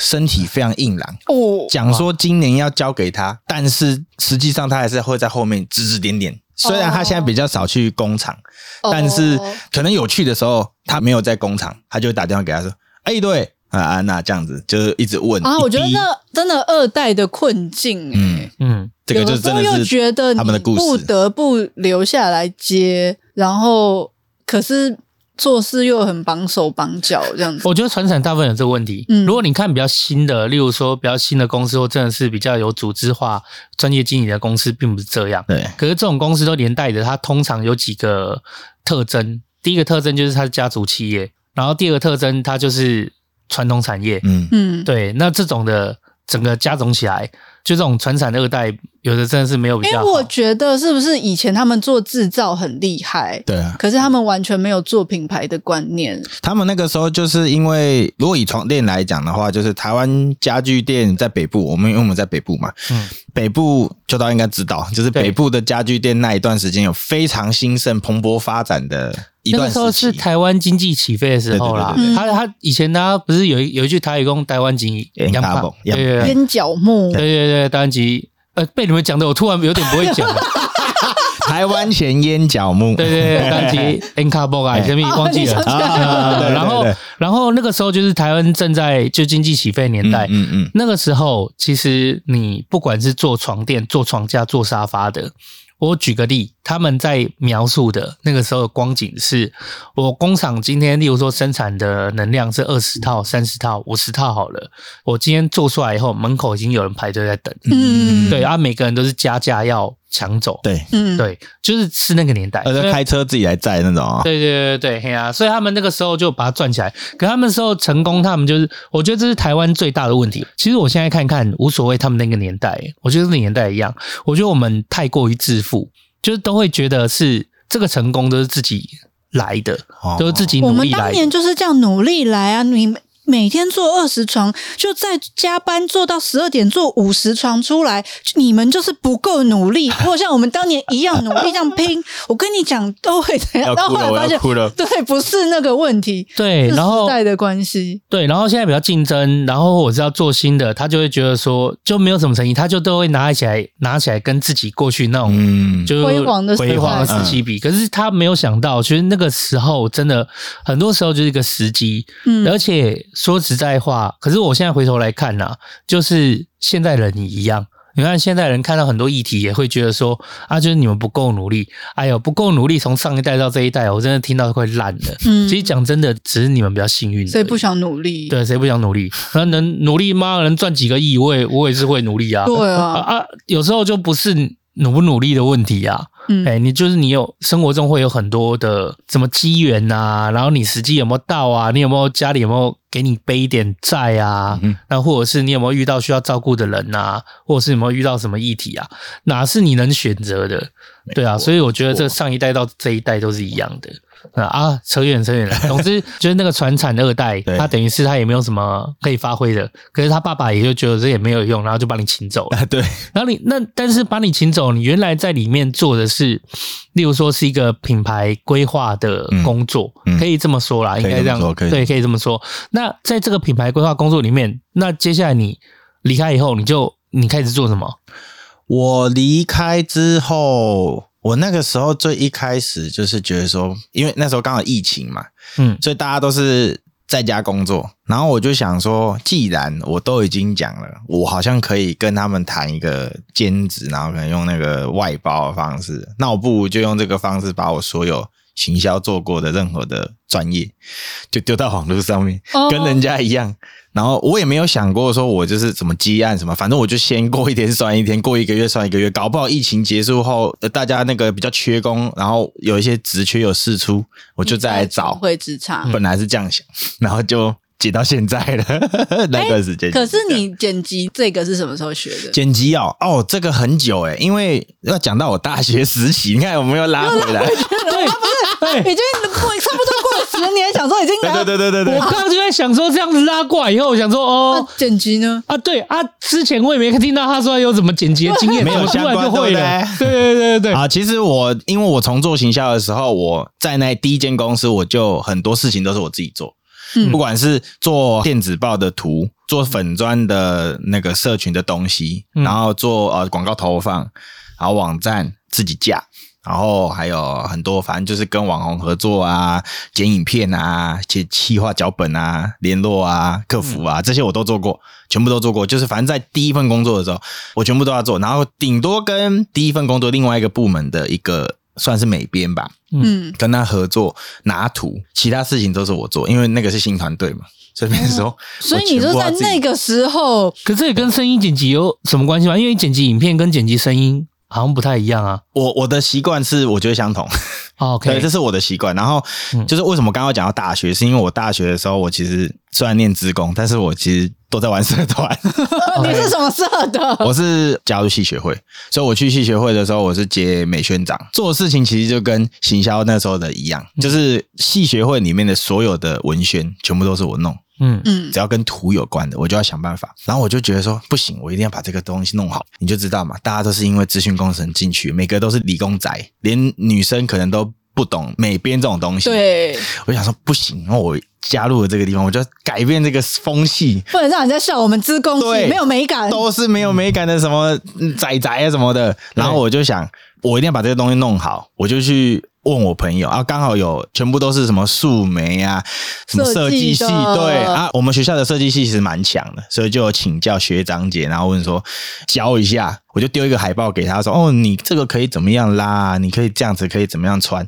身体非常硬朗。
哦，
讲说今年要交给他，但是实际上他还是会在后面指指点点。虽然他现在比较少去工厂，
哦
但是可能有去的时候，他没有在工厂，他就会打电话给他说：“哎、对啊啊，那这样子就是一直问
啊，我觉得
一逼
那真的二代的困境、哎
嗯，
嗯，
这个
有
就
的
真
时候
的
又
是
觉得
他
你
们的故
不
事。
得不留下来接，然后可是做事又很绑手绑脚这样子。
我觉得传产大部分有这个问题。
嗯
如果你看比较新的，例如说比较新的公司，或真的是比较有组织化、专业经理的公司，并不是这样。
对，
可是这种公司都连带着它通常有几个特征，第一个特征就是它是家族企业，然后第二个特征它就是传统产业。
嗯，
嗯，
对，那这种的整个加总起来，就这种传产二代，有的真的是没有比
因为
较
我
好。
觉得是不是以前他们做制造很厉害，
对啊。
可是他们完全没有做品牌的观念。
他们那个时候就是因为，如果以床垫来讲的话，就是台湾家具店在北部，我们因为我们在北部嘛，
嗯
北部秋刀应该知道，就是
对
北部的家具店那一段时间有非常兴盛、蓬勃发展的一
那个
段
时候
时
是
期。
台湾经济起飞的时候啦
对
对对，对
他他以前他不是有一有一句台语讲台湾经
嗯
洋
大
炮
棒，
对对对
边角木
对对对，台湾经呃被你们讲的我突然有点不会讲了，
台湾前烟角木，
对对对，当机 N 卡 b o 啊，前面忘记了。
啊，对
呃，然后
对对
然后那个时候就是台湾正在就经济起飞年代，
嗯嗯
那个时候其实你不管是做床垫、做床架、做沙发的。我举个例，他们在描述的那个时候的光景是，我工厂今天，例如说生产的能量是二十套、三十套、五十套好了，我今天做出来以后，门口已经有人排队在等，
嗯，
对啊，每个人都是加价要抢走，
对，呃
嗯，
对，就是是那个年代，
而
所
且
以
开车自己来载那种啊，
对对对对，嘿啊！所以他们那个时候就把它赚起来。可他们时候成功，他们就是我觉得这是台湾最大的问题。其实我现在看看无所谓，他们那个年代，我觉得那个年代一样，我觉得我们太过于自负，就是都会觉得是这个成功都是自己来的，
哦
都是自己
我
努
们
力
当
来
年
的。
就是这样努力来啊！你每每天做二十床，就再加班做到十二点，做五十床出来，你们就是不够努 力，或像我们当年一样努力这样拼。我跟你讲，都会这样。
要
到
哭
后
了，哎
来
我
发
要
现，
哭了。
对，不是那个问 题，
对，
是
然后
时代的关系。
对，然后现在比较竞争，然后我是要做新的，他就会觉得说就没有什么诚意，他就都会拿起来拿起来跟自己过去那种
嗯，
就是
辉煌的时代
辉煌的时期比，可是他没有想到，其实那个时候真的很多时候就是一个时机，
嗯，
而且说实在话，可是我现在回头来看呐、就是现代人一样。你看现代人看到很多议题，也会觉得说啊，就是你们不够努力，哎呦不够努力，从上一代到这一代，我真的听到快烂了。
嗯
其实讲真的，只是你们比较幸运而已，
所以不想努力。
对谁不想努力？那能努力吗？能赚几个亿，我也我也是会努力啊。
对
啊
啊，
啊，有时候就不是努不努力的问题啊，
嗯
哎、你就是你有生活中会有很多的什么机缘呐，然后你实际有没有到啊？你有没有家里有没有给你背一点债啊？
嗯
那或者是你有没有遇到需要照顾的人呐、或者是有没有遇到什么议题啊？哪是你能选择的？对啊，所以我觉得这上一代到这一代都是一样的。啊啊，扯远扯远了。总之就是那个传产二代，
对
他等于是他也没有什么可以发挥的，可是他爸爸也就觉得这也没有用，然后就把你请走了。
嗯
对，
然后你那但是把你请走，你原来在里面做的是，例如说是一个品牌规划的工作，
嗯嗯
可以这么说啦，应
以
该这样
这么说可以
对，可以这么说。那在这个品牌规划工作里面，那接下来你离开以后，你就你开始做什么？
我离开之后，我那个时候最一开始就是觉得说，因为那时候刚好疫情嘛，
嗯
所以大家都是在家工作。然后我就想说，既然我都已经讲了，我好像可以跟他们谈一个兼职，然后可能用那个外包的方式，那我不如就用这个方式把我所有行销做过的任何的专业，就丢到网络上面，
哦
跟人家一样。然后我也没有想过说我就是怎么积案什么，反正我就先过一天算一天，过一个月算一个月，搞不好疫情结束后，呃大家那个比较缺工，然后有一些职缺有释出，我就再来找。嗯
回职场。
本来是这样想， 然后就解到现在了 那段时间。
哎可是你剪辑这个是什么时候学的？
剪辑哦，哦，这个很久哎，因为要讲到我大学时期，你看有没有拉回来？
对
已经过差不多过了十年，想说已经
对对对对对对
我，刚刚就在想说，这样子拉过来以后，我想说
那
哦。
剪辑呢？
啊，对啊，之前我也没听到他说有什么剪辑的经验，
没
怎么
有
突
相
然
关
就会了。
对
对对对对对，
啊，其实我因为我从做行销的时候，我在那第一间公司，我就很多事情都是我自己做，
嗯
不管是做电子报的图，做粉砖的那个社群的东西，
嗯
然后做呃广告投放，然后网站自己架。然后还有很多，反正就是跟网红合作啊，剪影片啊，写企划脚本啊，联络啊，客服
嗯
啊，这些我都做过，全部都做过。就是反正在第一份工作的时候，我全部都要做，然后顶多跟第一份工作另外一个部门的一个算是美编吧，
嗯，
跟他合作拿图，其他事情都是我做，因为那个是新团队嘛，所以那时候、
哦所以你就在那
个
个时候，
可这也跟声音剪辑有什么关系吗？因为剪辑影片跟剪辑声音好像不太一样啊。
我我的习惯是我觉得相同，
哦
对，
OK，
这是我的习惯。然后
嗯
就是为什么刚刚讲到大学，是因为我大学的时候，我其实虽然念职工，但是我其实都在玩社团。
你
哎
是什么社 的？
我是加入戏学会，所以我去戏学会的时候，我是接美宣长，做的事情其实就跟行销那时候的一样，
嗯
就是戏学会里面的所有的文宣全部都是我弄，
嗯
嗯
只要跟图有关的，我就要想办法。然后我就觉得说，不行，我一定要把这个东西弄好。你就知道嘛，大家都是因为资讯工程进去，每个都是理工宅，连女生可能都不懂美编这种东西。
对，
我想说不行，那我加入了这个地方，我就要改变这个风气，
不能让人家笑我们资工系
对
没有美感。
都是没有美感的什么嗯仔仔啊什么的。然后我就想，我一定要把这个东西弄好，我就去问我朋友啊，刚好有全部都是什么素媒啊，什么设计
设
系，
计的
对啊，我们学校的设计系其实蛮强的，所以就有请教学长姐，然后问说教一下，我就丢一个海报给他说，哦，你这个可以怎么样啦？你可以这样子，可以怎么样穿？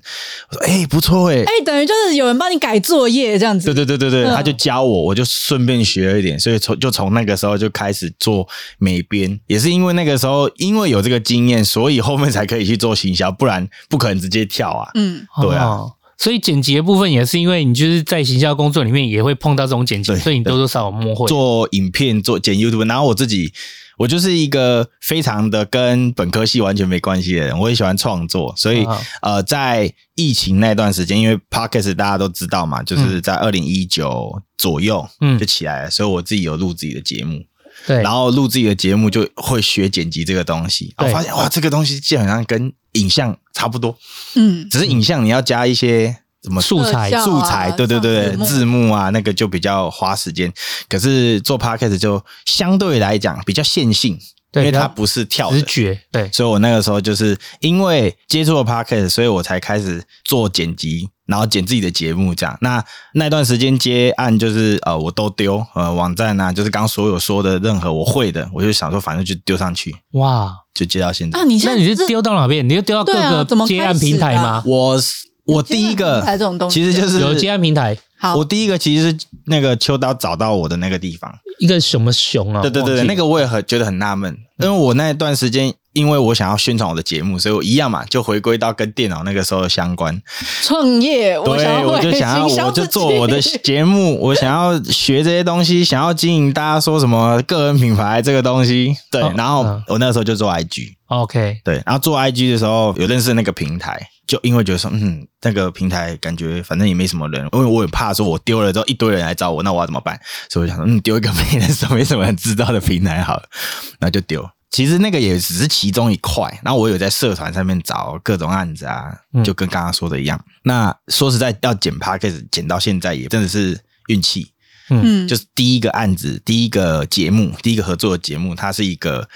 我说，哎、不错哎、
哎、等于就是有人帮你改作业这样子
对。对对对
嗯
对，他就教我，我就顺便学了一点，所以从就从那个时候就开始做美编，也是因为那个时候因为有这个经验，所以后面才可以去做行销，不然不可能直接跳啊。
嗯，
对啊
哦所以剪辑的部分也是因为你就是在行销工作里面也会碰到这种剪辑，
对
所以你多多少少摸会。
做影片、做剪 YouTube，然后我自己，我就是一个非常的跟本科系完全没关系的人，我也喜欢创作，所以、
啊
呃，在疫情那段时间，因为 Podcast 大家都知道嘛，就是在二零一九左右
嗯
就起来了，所以我自己有录自己的节目，
对，
然后录自己的节目就会学剪辑这个东西，啊我
对
发现哇，这个东西基本上跟影像差不多，
嗯，
只是影像你要加一些什么
素材
特效啊
素材，对对对，
上
字幕啊那个就比较花时间，可是做 podcast 就相对来讲比较线性，因
对
为
比较
它不是跳的
直，觉，对，
所以我那个时候就是因为接触了 podcast，所以我才开始做剪辑，然后剪自己的节目这样。那那段时间接案就是呃，我都丢呃网站啊，就是刚所有说的任何我会的，我就想说反正就丢上去，
哇，
就接到现在。
啊，你现
那
在
你是
这
丢到哪边？你就丢到
对啊
各
怎么
个
开
接案平台吗？
我是我第一
现在
个
平台这种东西
其实就是
有接案平台，
好
我第一个其实是那个秋刀找到我的那个地方，
一个什么熊啊？
对对对对，
忘记
那个我也很觉得很纳闷，因为我那一段时间，因为我想要宣传我的节目，所以我一样嘛，就回归到跟电脑那个时候相关。
创业，我想要
对，我就
会
想
行销
要，我就
自己
做 我的节目，我想要学这些东西，想要经营大家说什么个人品牌这个东西。对
哦，
然后
嗯
我那时候就做 IG，
OK，
对，然后做 IG 的时候有认识那个平台，就因为觉得说，嗯，那个平台感觉反正也没什么人，因为我也怕说我丢了之后一堆人来找我，那我要怎么办？所以我想说，嗯，丢一个没人知道、没什么人知道的平台好了，然后就丢。其实那个也只是其中一块，然后我有在社团上面找各种案子啊，
嗯
就跟刚刚说的一样。那说实在，要剪 p a c k a g e 剪到现在也真的是运气，
嗯，
就是第一个案子、第一个节目、第一个合作的节目，她是一个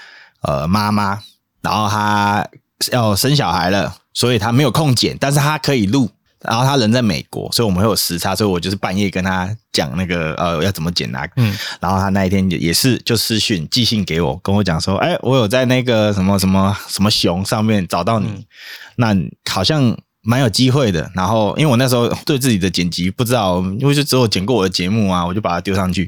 呃妈妈，然后她要生小孩了，所以她没有空剪，但是她可以录。然后她人在美国，所以我们会有时差，所以我就是半夜跟她讲那个呃要怎么剪啊。
嗯
然后她那一天也也是就私讯寄信给我，跟我讲说，哎，我有在那个什么什么什么熊上面找到你，那好像蛮有机会的。然后，因为我那时候对自己的剪辑不知道，因为就只有剪过我的节目啊，我就把它丢上去，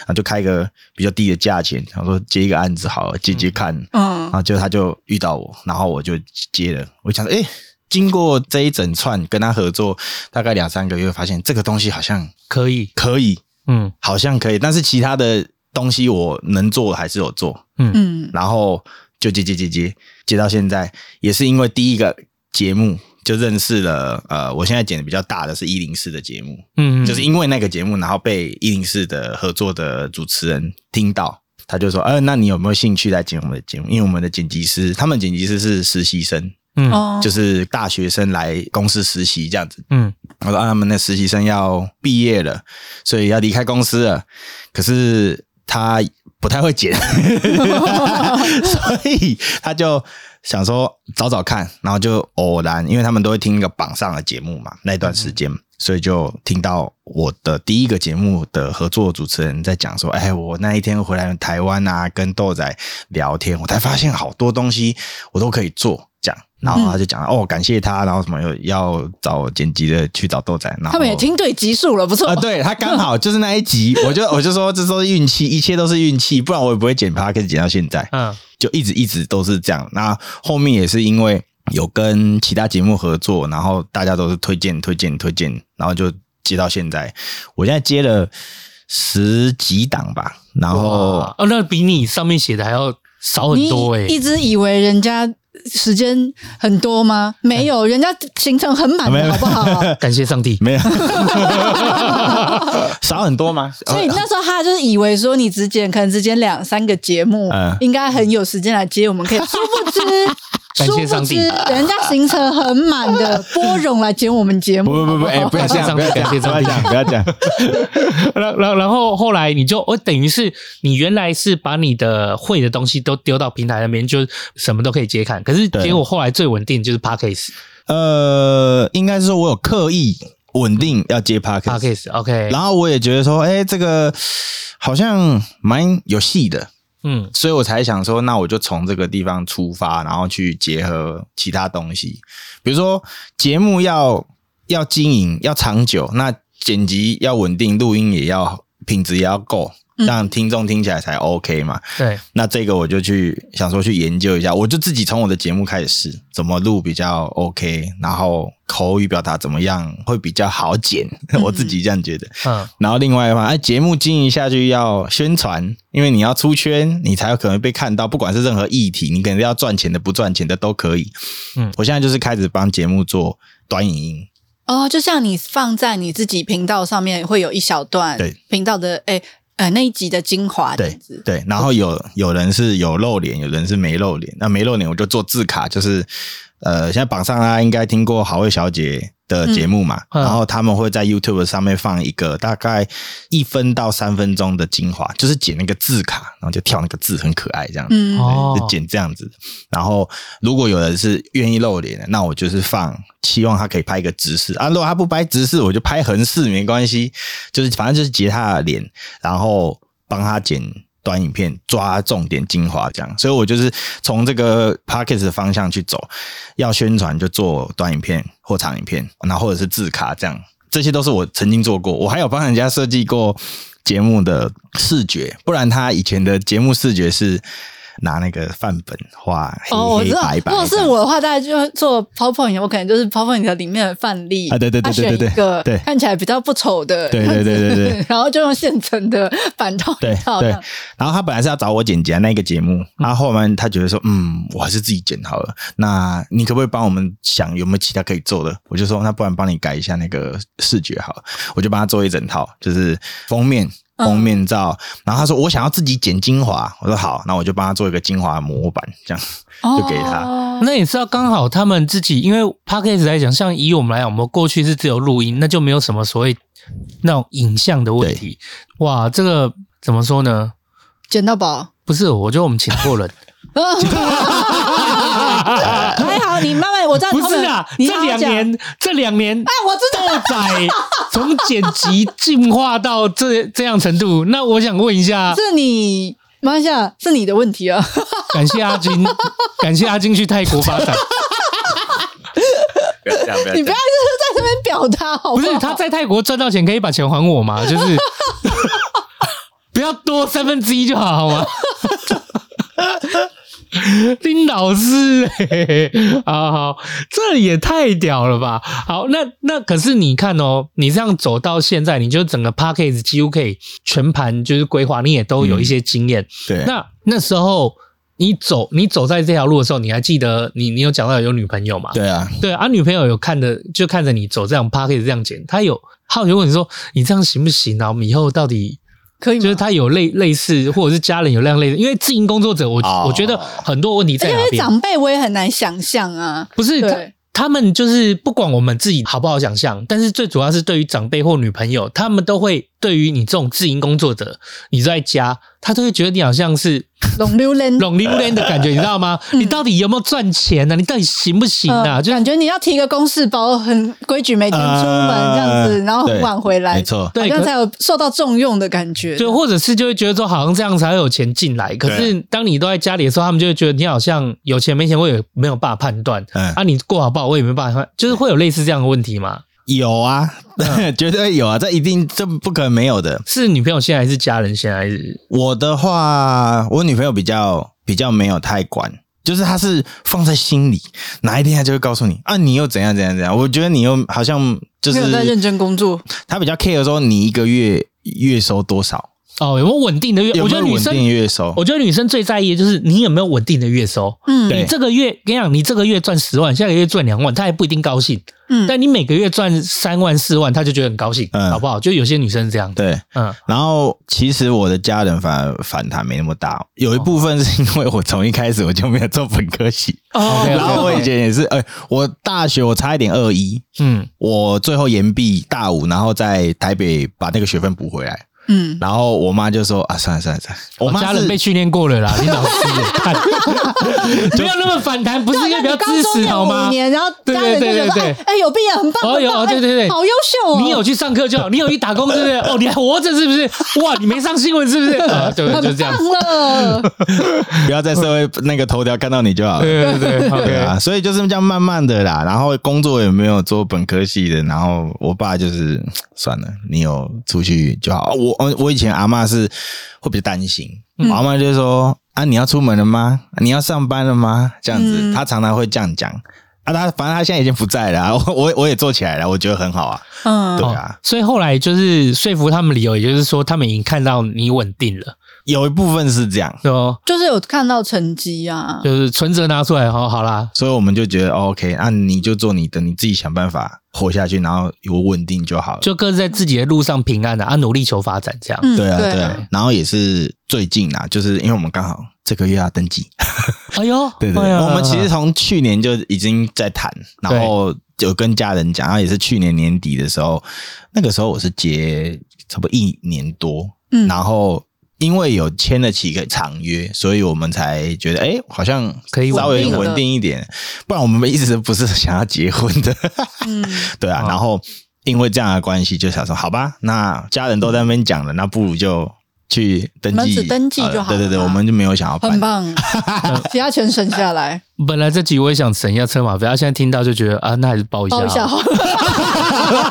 然后就开一个比较低的价钱，想说接一个案子好了，接接看。
嗯
然，后就他就遇到我，然后我就接了。我想说，哎、经过这一整串跟他合作，大概两三个月，发现这个东西好像
可以，
可以，
嗯
好像可以，但是其他的东西我能做还是有做，
嗯，
然后就接接接接接到现在，也是因为第一个节目就认识了呃，我现在剪的比较大的是一零四的节目，
嗯，
就是因为那个节目，然后被一零四的合作的主持人听到，他就说，呃，那你有没有兴趣来剪我们的节目？因为我们的剪辑师，他们剪辑师是实习生，
嗯
哦，
就是大学生来公司实习这样子。
嗯
我说啊，他们的实习生要毕业了，所以要离开公司了。可是他不太会剪， 所以他就想说找找看，然后就偶然，因为他们都会听一个榜上的节目嘛，那段时间，所以就听到我的第一个节目的合作主持人在讲说，哎，我那一天回来台湾啊，跟豆仔聊天，我才发现好多东西我都可以做。这样，然后他就讲、哦，感谢他，然后什么又要找剪辑的去找豆仔，然
他
后
们也听对集数了，不错
啊，。对他刚好就是那 一集，我就我就说这都是运气，一切都是运气，不然我也不会剪 p o d 剪到现在，
啊
嗯
就一直一直都是这样。那后面也是因为有跟其他节目合作，然后大家都是推荐推荐推荐，然后就接到现在，我现在接了十几档吧，然后
哇哦，那比你上面写的还要
哦
少很
你
多哎，
一直以为人家时间很多吗？没有，人家行程很满
哎没有
的，好不 好？
感谢上帝，
没有少很多吗？呃
所以那时候他就是以为说你只剪可能只剪两三个节目
嗯，
应该很有时间来接我们，可以。殊不知，
感
殊
谢
不
上
知
帝，
人家行程很满的波冗来剪我们节
不
目，
不不不，哎，不要这样，不要这样，
感谢
不
上
要
帝
讲，不要讲，
然然然后后来你就，我等于是你原来是把你的会的东西都丢到平台那边，就什么都可以接看。可是
对
结果后来最稳定就是 p a c k a g e
呃，应该是说我有刻意稳定要接 p a r
p a c
k
k a g e OK，
然后我也觉得说，哎，这个好像蛮有戏的，
嗯
所以我才想说，那我就从这个地方出发，然后去结合其他东西，比如说节目要要经营要长久，那剪辑要稳定，录音也要品质也要够，让听众听起来才 OK 嘛。
对，
那这个我就去想说去研究一下，我就自己从我的节目开始试，怎么录比较 OK，然后口语表达怎么样会比较好剪， 我自己这样觉得。
嗯
然后另外一方，哎，节目经营下去要宣传，因为你要出圈，你才有可能被看到。不管是任何议题，你可能要赚钱的、不赚钱的都可以。
嗯
我现在就是开始帮节目做短影音，
哦，就像你放在你自己频道上面会有一小段
对
频道的哎呃那一集的精华这
对
样子，
对。然后有有人是有露脸，有人是没露脸。那没露脸我就做字卡，就是呃，现在榜上大家应该听过好味小姐的节目嘛，
嗯嗯
然后他们会在 YouTube 上面放一个大概一分到三分钟的精华，就是剪那个字卡，然后就跳那个字，很可爱这样子。
嗯，
哦
对就剪这样子。然后如果有人是愿意露脸的，那我就是放，希望他可以拍一个直视啊。如果他不拍直视，我就拍横视，没关系，就是反正就是截他的脸，然后帮他剪。短影片抓重点精华，这样，所以我就是从这个 p a c k e t 的方向去走，要宣传就做短影片或长影片，然后或者是字卡这样，这些都是我曾经做过。我还有帮人家设计过节目的视觉，不然他以前的节目视觉是拿那个范本画
哦，我
黑
知
黑
道
白。白
如果
这
是
样。
我的话，大概就会做 PowerPoint，我可能就是 PowerPoint 的里面的范例
啊对对对
他
对对
选一个
对对
看起来比较不丑的，
对对对对 对，
然后就用现成的板套
对
一套这
对
样，
然后他本来是要找我剪辑的那个节目，然后后面他觉得说，嗯，我还是自己剪好了。那你可不可以帮我们想有没有其他可以做的？我就说，那不然帮你改一下那个视觉好了，我就帮他做一整套，就是封面。
嗯
封面照，然后他说我想要自己剪精华，我说好，那我就帮他做一个精华模板，这样
哦
就给他
那也是要刚好他们自己，因为 p a c k a g e 来讲，像以我们来讲，我们过去是只有录音，那就没有什么所谓那种影像的问题。哇，这个怎么说呢？
捡到 宝。
不是，我觉得我们请错人，
啊
还哎好你慢慢，我知道
不
你后
是
面
啊，
你
这
好好
两
讲
年，这两年
哎，我知道
豆仔从剪辑进化到这这样程度，那我想问一 下，
是你，马来西亚是你的问题 啊。
感谢阿金，感谢阿金去泰国发展，
不要这样，不要
你不要就是在这边表达好
不
好？
是他在泰国赚到钱，可以把钱还我吗？就是不要多三分之一就好，好吗？ 丁老师、 嘿嘿好好，这也太屌了吧！好，那那可是你看哦，你这样走到现在，你就整个 p a c k a g e 几乎可以全盘就是规划，你也都有一些经验。
对，
那那时候你走你走在这条路的时候，你还记得你你有讲到有女朋友嘛？
对啊，
对啊，女朋友有看着就看着你走这样趴，可以这样剪，她有好奇问你说你这样行不行啊？我们以后到底
可以
就是
吗？
她有类类似，或者是家人有那样类似，因为自营工作者，我、
哦
我觉得很多问题在
因
哪
为
边？
长辈我也很难想象啊。
不是
对
他他们就是不管我们自己好不好想象，但是最主要是对于长辈或女朋友，他们都会对于你这种自营工作者，你在家，他都会觉得你好像是
龙 溜人，
拢零零的感觉，你知道吗？你到底有没有赚钱啊呢、你到底行不行啊？
呃
就呃
感觉你要提个公事包，很规矩，每天出门这样子，
呃
然后很晚回
没
来，
错，
对可
好像才有受到重用的感觉。
对，或者是就会觉得说，好像这样才会有钱进来。可是当你都在家里的时候，他们就会觉得你好像有钱没钱，我也没有办法判断。
嗯
啊，你过好不好，我也没办法判，就是会有类似这样的问题嘛？
有啊， 绝对有啊，这一定这不可能没有的。
是女朋友先还是家人先还是？
我的话，我女朋友比较比较没有太管，就是她是放在心里，哪一天她就会告诉你啊，你又怎样怎样怎样。我觉得你又好像就
没有在
是
认真工作，
她比较 care 说你一个月月收多少，
哦，有没有稳定的月？
有
我
没
觉
有
得女
稳
生，
定月收？
我觉得女生最在意的就是你有没有稳定的月收。
嗯
对
你这个月，跟你讲，你这个月赚十万，下个月赚两万，她还不一定高兴。
嗯
但你每个月赚三万四万，她就觉得很高兴，
嗯
好不好？就有些女生是这样的，
对，
嗯，
然后其实我的家人反而反弹没那么大，有一部分是因为我从一开始我就没有做本科系，
哦
OK，OK
然后我以前也是，哎、我大学我差一点二一，
嗯，
我最后延毕大五，然后在台北把那个学分补回来，
嗯，
然后我妈就说啊，算了算了算了，我妈
哦家
是
人被训练过了啦，你老师也 看，不要那么反弹，不是应该比较
高
支
中
持
啊那
好吗
五？年，然后
对
家人就
对
觉
对
得
对
哎
对
哎有病啊，很棒，
哦有
很棒
对
哎
对对
好优秀哦，
你有去上课就好，你有去打工是不是？哦，你还活着是不是？哇，你没上新闻是不 是？啊，对，就
很
这样
棒。了，
不要在社会那个头条看到你就好了。
对对嗯对
对
，OK，
啊，所以就是这样慢慢的啦，然后工作也没有做本科系的，然后我爸就是算了，你有出去就好。我呃我以前阿嬷是会比较担心，
嗯
我阿嬷就说啊你要出门了吗？你要上班了吗？这样子，
嗯
她常常会这样讲。啊，她反正她现在已经不在了啊、我我我也做起来了，我觉得很好啊。
嗯
对
哦
啊
所以后来就是说服他们理由，也就是说他们已经看到你稳定了，
有一部分是这样，
是哦，
就是有看到成绩啊，
就是存折拿出来，哦好好啦，
所以我们就觉得、哦、OK，那、你就做你的，你自己想办法活下去，然后有稳定就好了。
就各自在自己的路上平安的啊，努力求发展这样。
嗯，
对啊，对
啊
啊，然后也是最近啊，就是因为我们刚好这个月要登记，
哎呦，哎呀
我们其实从去年就已经在谈，然后有跟家人讲，然啊后也是去年年底的时候，那个时候我是结差不多一年多，
嗯
然后因为有签了几个长约，所以我们才觉得哎、诶好像
可以稳定
稍微
了
稳定一点，不然我们一直不是想要结婚的，
嗯，
对啊，
哦
然后因为这样的关系，就想说，好吧，那家人都在那边讲了，那不如就去登
门
记，
子登记就好了
呃对对对，
嘛
我们就没有想要
很
办。
棒，其他全省下来
本来这集我也想省一下车马费，他、现在听到就觉得啊，那还是包 一下。
包一下好了，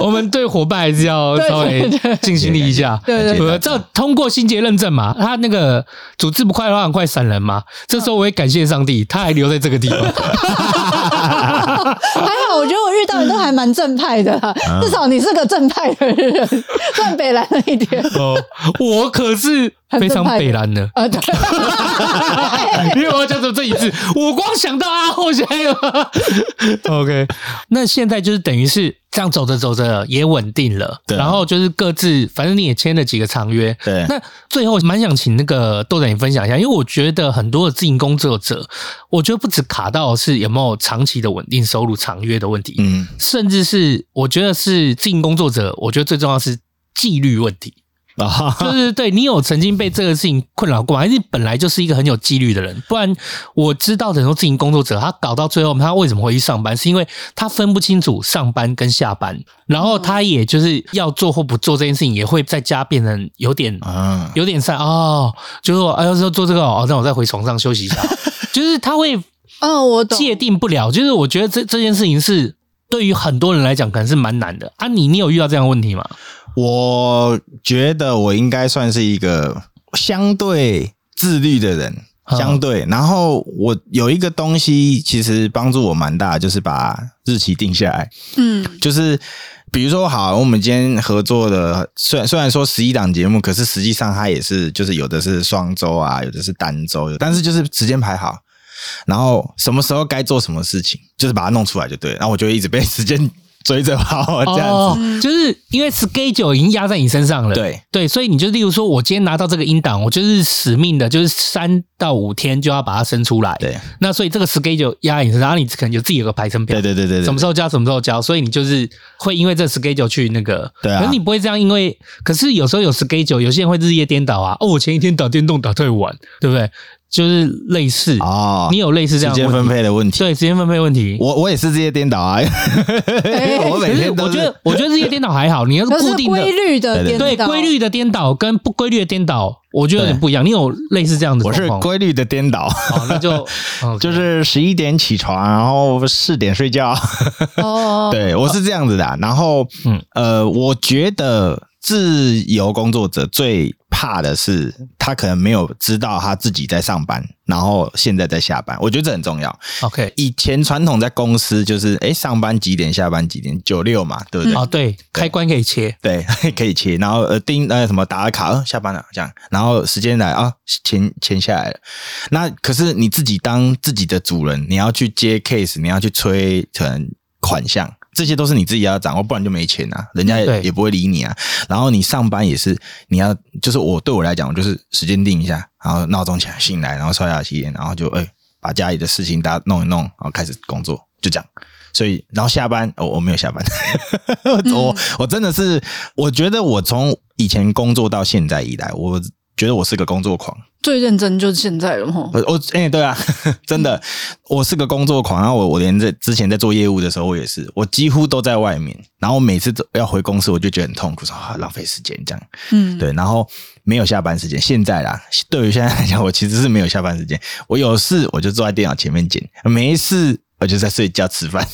我们 对伙伴还是要稍微尽心力一下。
对对对
呃，这通过心结认证嘛，他那个组织不快的话很快闪人嘛。这时候我也感谢上帝，他还留在这个地 方。
还好，我觉得我遇到的都还蛮正派的啦，
嗯
至少你是个正派的人， 算北蓝了一点
哦，我可是非常北蓝的。
啊，对，
因为我要讲出这一次，我光想到阿后现在有 OK，那现在就是等于是这样走着走着也稳定了，
对啊
然后就是各自，反正你也签了几个长约，
对
那最后蛮想请那个豆仔你分享一下，因为我觉得很多的自营工作者，我觉得不止卡到是有没有长期的稳定收入、长约的问题，
嗯，
甚至是我觉得是自营工作者，我觉得最重要是纪律问题。
啊，
就是对你有曾经被这个事情困扰过吗？还是你本来就是一个很有纪律的人？不然我知道的很多自营工作者，他搞到最后，他为什么会去上班？是因为他分不清楚上班跟下班，然后他也就是要做或不做这件事情，也会在家变成有点
嗯，
有点散哦，就是我哎要是做这个哦，那我再回床上休息一下，就是他会
哦，我懂，
界定不了。就是我觉得这这件事情是。对于很多人来讲，可能是蛮难的啊！你你有遇到这样的问题吗？
我觉得我应该算是一个相对自律的人，
嗯
相对。然后我有一个东西，其实帮助我蛮大的，就是把日期定下来。
嗯
就是比如说，好，我们今天合作的，虽然虽然说十一档节目，可是实际上它也是，就是有的是双周啊，有的是单周，但是就是时间排好，然后什么时候该做什么事情，就是把它弄出来就对了。然后我就会一直被时间 追着跑， 这样子。
哦，就是因为 schedule 已经压在你身上了，
对
对，所以你就例如说，我今天拿到这个音档，我就是使命的，就是三到五天就要把它生出来。
对，
那所以这个 schedule 压在你身上，然后你可能就自己有个排程表，
对对对对
什么
对，
时候交什么时候交，所以你就是会因为这 schedule 去那个，
对啊
可是你不会这样，因为可是有时候有 schedule，有些人会日夜颠倒啊。哦，我前一天打电动打太晚，对不对？就是类似，
哦
你，有类似这
时
样的
间
问
分
题，
配的问题，
对时间分配问题。
我我也是这些颠倒啊，因 为我每
可是
天都
我
是
觉得，我觉得日夜颠倒还好，你要是
可
固
是
定的
规律的
对对
颠
对
倒
规律的颠倒跟不规律的颠倒，我觉得有点不一样。你有类似这样的
我
状
是
况吗？
规律的颠 倒，
哦，那就 OK
就是十一点起床，然后四点睡觉。
哦，
对，我是这样子的啊、然后，
嗯
嗯，呃，我觉得自由工作者最怕的是，他可能没有知道他自己在上班，然后现在在下班。我觉得这很重要。
OK，
以前传统在公司就是，哎，上班几点，下班几点，九六嘛，对
嗯
不对？
哦，对，开关可以切，
对， 可以切，然后呃定呃什么打个卡，呃下班了这样，然后时间来啊，签签下来了。那可是你自己当自己的主人，你要去接 case，你要去催成款项，这些都是你自己要掌握，不然就没钱啊，人家也
对
也不会理你啊。然后你上班也是，你要就是我对我来讲，我就是时间定一下，然后闹钟起来醒来，然后刷牙洗脸，然后就哎、把家里的事情大家弄一弄，然后开始工作，就这样。所以，然后下班，哦、我没有下班， 我我真的是，我觉得我从以前工作到现在以来，我觉得我是个工作狂。
最认真就是现在了哈。
我我哎、对啊， 真的，我是个工作狂。然后我我连在之前在做业务的时候，我也是，我几乎都在外面。然后每次都要回公司，我就觉得很痛苦，说啊浪费时间这样。
嗯，
对，然后没有下班时间。现在啦，对于现在来讲， 我其实是没有下班时间。我有事我就坐在电脑前面剪，没事我就在睡觉吃饭。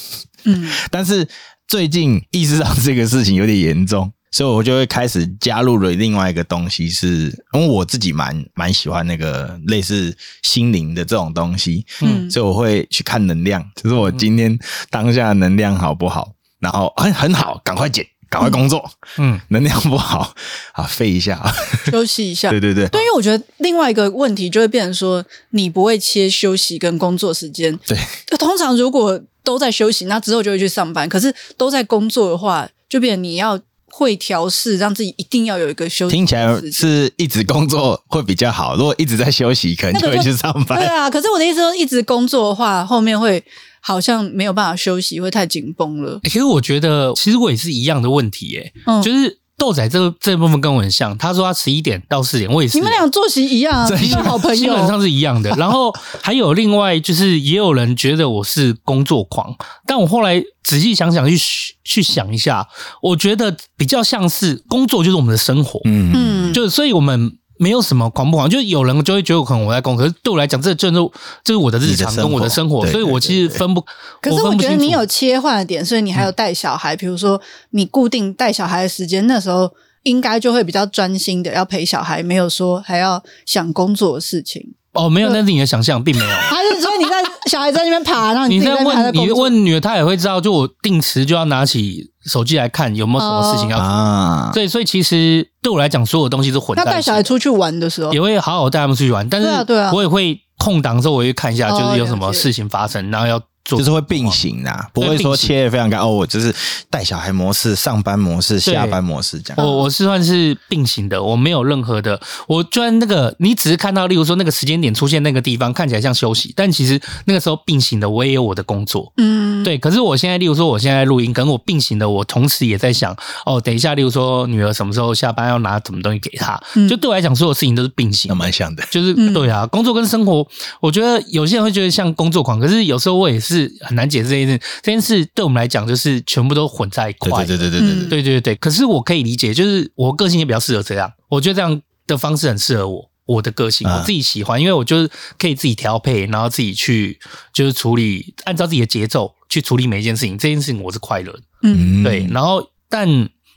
嗯，
但是最近意识到这个事情有点严重， 所以我就会开始加入了另外一个东西是，因为我自己蛮蛮喜欢那个类似心灵的这种东西，
嗯
所以我会去看能量，就是我今天当下的能量好不好，然后很很好，赶快减，赶快工作，
嗯，
能量不好啊，废一下，
休息一下。
对对对，
对，因为啊我觉得另外一个问题就会变成说，你不会切休息跟工作时间。
对，
通常如果都在休息，那之后就会去上班。可是都在工作的话，就变成你要会调试，让自己一定要有一个休息
听起来
的时间。
是一直工作会比较好，如果一直在休息，可能就会去上 班。
对啊，可是我的意思说，一直工作的话，后面会好像没有办法休息，会太紧绷了。
欸其实我觉得，其实我也是一样的问题、耶，
嗯
就是豆仔这这部分跟我很像，他说他十一点到四点，我也是、
你们俩作息一样啊，你们好朋
基
友。
本上是一样 的。然后还有另外就是，也有人觉得我是工作狂，但我后来仔细想想去去想一下，我觉得比较像是工作就是我们的生活，
嗯，
嗯，
就所以我们。没有什么狂不狂，就有人就会觉得我可能我在工作，可是对我来讲，这就是这是我的日常
你的生活
跟我的生活，
对
所以我其实分不。
可是
我
我
分不
觉得
清楚
你有切换的点，所以你还有带小孩，比如说你固定带小孩的时间，那时候应该就会比较专心的要陪小孩，没有说还要想工作的 事情。
哦，没有，那是你的想象，并没有。
还是所以你在小孩在那边爬，然后
你
啊自己
在
在那边还在
问，
工
你
作？
问女儿，她也会知道。就我定时就要拿起手机来看有没有什么事情要做。
啊，
对，所以其实对我来讲，所有东西都混
那
在
带
一起
小。孩出去玩的时候，
也会好好带他们出去玩，但
对啊
是
对啊
我也会空档的时候，我会看一下，
哦
就是有什
了
么
解
事情发生，然后要做。
就是会并行啦，不
对
会说
并行
切的非常开。哦，我就是带小孩模式、上班模式、
对哦
下班模式这样。
我我是算是并行的，我没有任何的，我居然那个你只是看到，例如说那个时间点出现那个地方看起来像休息，但其实那个时候并行的我也有我的工作，
嗯，
对，可是我现在，例如说，我现在录音，跟我并行的，我同时也在想，哦，等一下，例如说，女儿什么时候下班要拿什么东西给她，
嗯
就对我来讲，所有事情都是并行
那。蛮像的，
就是
嗯
对啊，工作跟生活，我觉得有些人会觉得像工作狂，可是有时候我也是很难解释这件事。这件事对我们来讲，就是全部都混在一
对
块。
对对对对对
嗯
对，
对对对可是我可以理解，就是我个性也比较适合这样，我觉得这样的方式很适合我。我的个性，
嗯
我自己喜欢，因为我就是可以自己调配，然后自己去就是处理，按照自己的节奏去处理每一件事情。这件事情我是快乐的，
嗯，
对。然后，但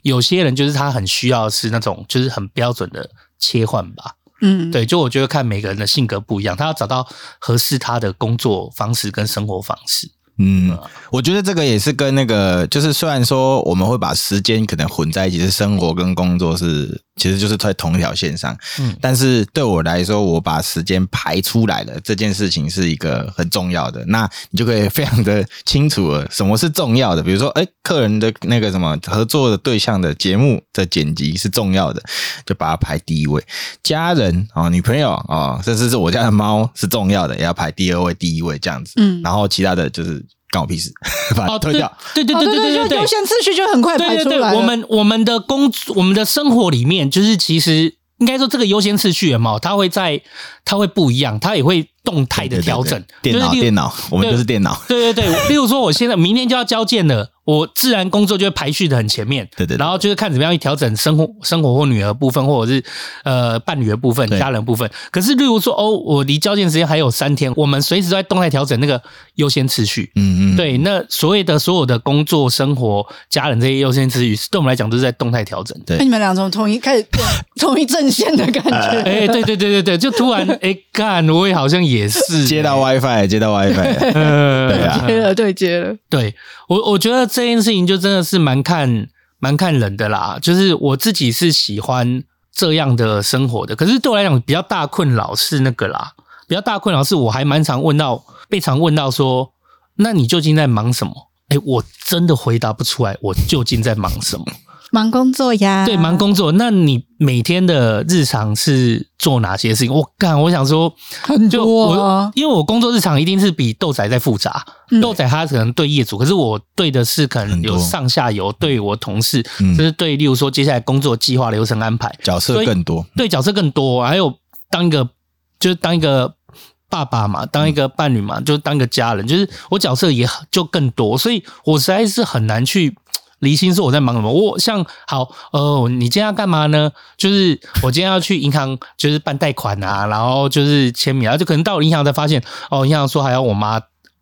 有些人就是他很需要的是那种就是很标准的切换吧，
嗯，
对。就我觉得看每个人的性格不一样，他要找到合适他的工作方式跟生活方式。
嗯，我觉得这个也是跟那个，就是虽然说我们会把时间可能混在一起，是生活跟工作是，其实就是在同一条线上。
嗯
但是对我来说，我把时间排出来了，这件事情是一个很重要的。那你就可以非常的清楚了，什么是重要的。比如说，哎，客人的那个什么合作的对象的节目的剪辑是重要的，就把它排第一位。家人啊、哦女朋友啊、哦甚至是我家的猫是重要的，也要排第二位、第一位这样子。
嗯
然后其他的就是干我屁事， 把它
哦，
推
对
掉。
对对
哦
对
对
对对
就
对
优，先次序就很快排
对
出
对
来
对，
了。
我们我们的工作我们的生活里面，就是其实应该说这个优先次序嘛，它会在它会不一样，它也会动态的调整，
对对对
就是
对电脑
例如
电脑，我们就是电脑，
对对对，例如说我现在明天就要交件了，我自然工作就会排序的很前面，
对对对
然后就是看怎么样去调整生活、生活或女儿部分，或者是呃伴侣的部分、
对
家人部分。可是，例如说哦，我离交件时间还有三天，我们随时都在动态调整那个优先次序。
嗯嗯，
对，那所谓的所有的工作、生活、家人这些优先次序，对我们来讲都是在动态调整。
对
那你们俩从同一开始 同一阵线的感觉，
哎、对对对对对，就突然哎干、我也好像也是
接到啊 WiFi，接到 WiFi，
呃
对啊
接了对接了，
对我，我觉得这件事情就真的是蛮看蛮看人的啦。就是我自己是喜欢这样的生活的，可是对我来讲比较大困扰是那个啦，比较大困扰是我还蛮常问到，被常问到说，那你究竟在忙什么？哎，我真的回答不出来，我究竟在忙什么？
忙工作呀，
对，忙工作。那你每天的日常是做哪些事情？我干，我想说，
很
就
多
我
啊，
因为我工作日常一定是比豆仔在复杂，
嗯
豆仔他可能对业主，可是我对的是可能
很
有
多
上下游，对我同事，
嗯
就是对，例如说接下来工作计划、流程安排，
角色更多，
对角色更多，还有当一个就是当一个爸爸嘛，当一个伴侣嘛，就是当一个家人，就是我角色也很就更多，所以我实在是很难去厘清说我在忙什么。我像好呃，你今天要干嘛呢？就是我今天要去银行，就是办贷款啊，然后就是签名啊，就可能到了银行才发现哦，银行说还要我妈。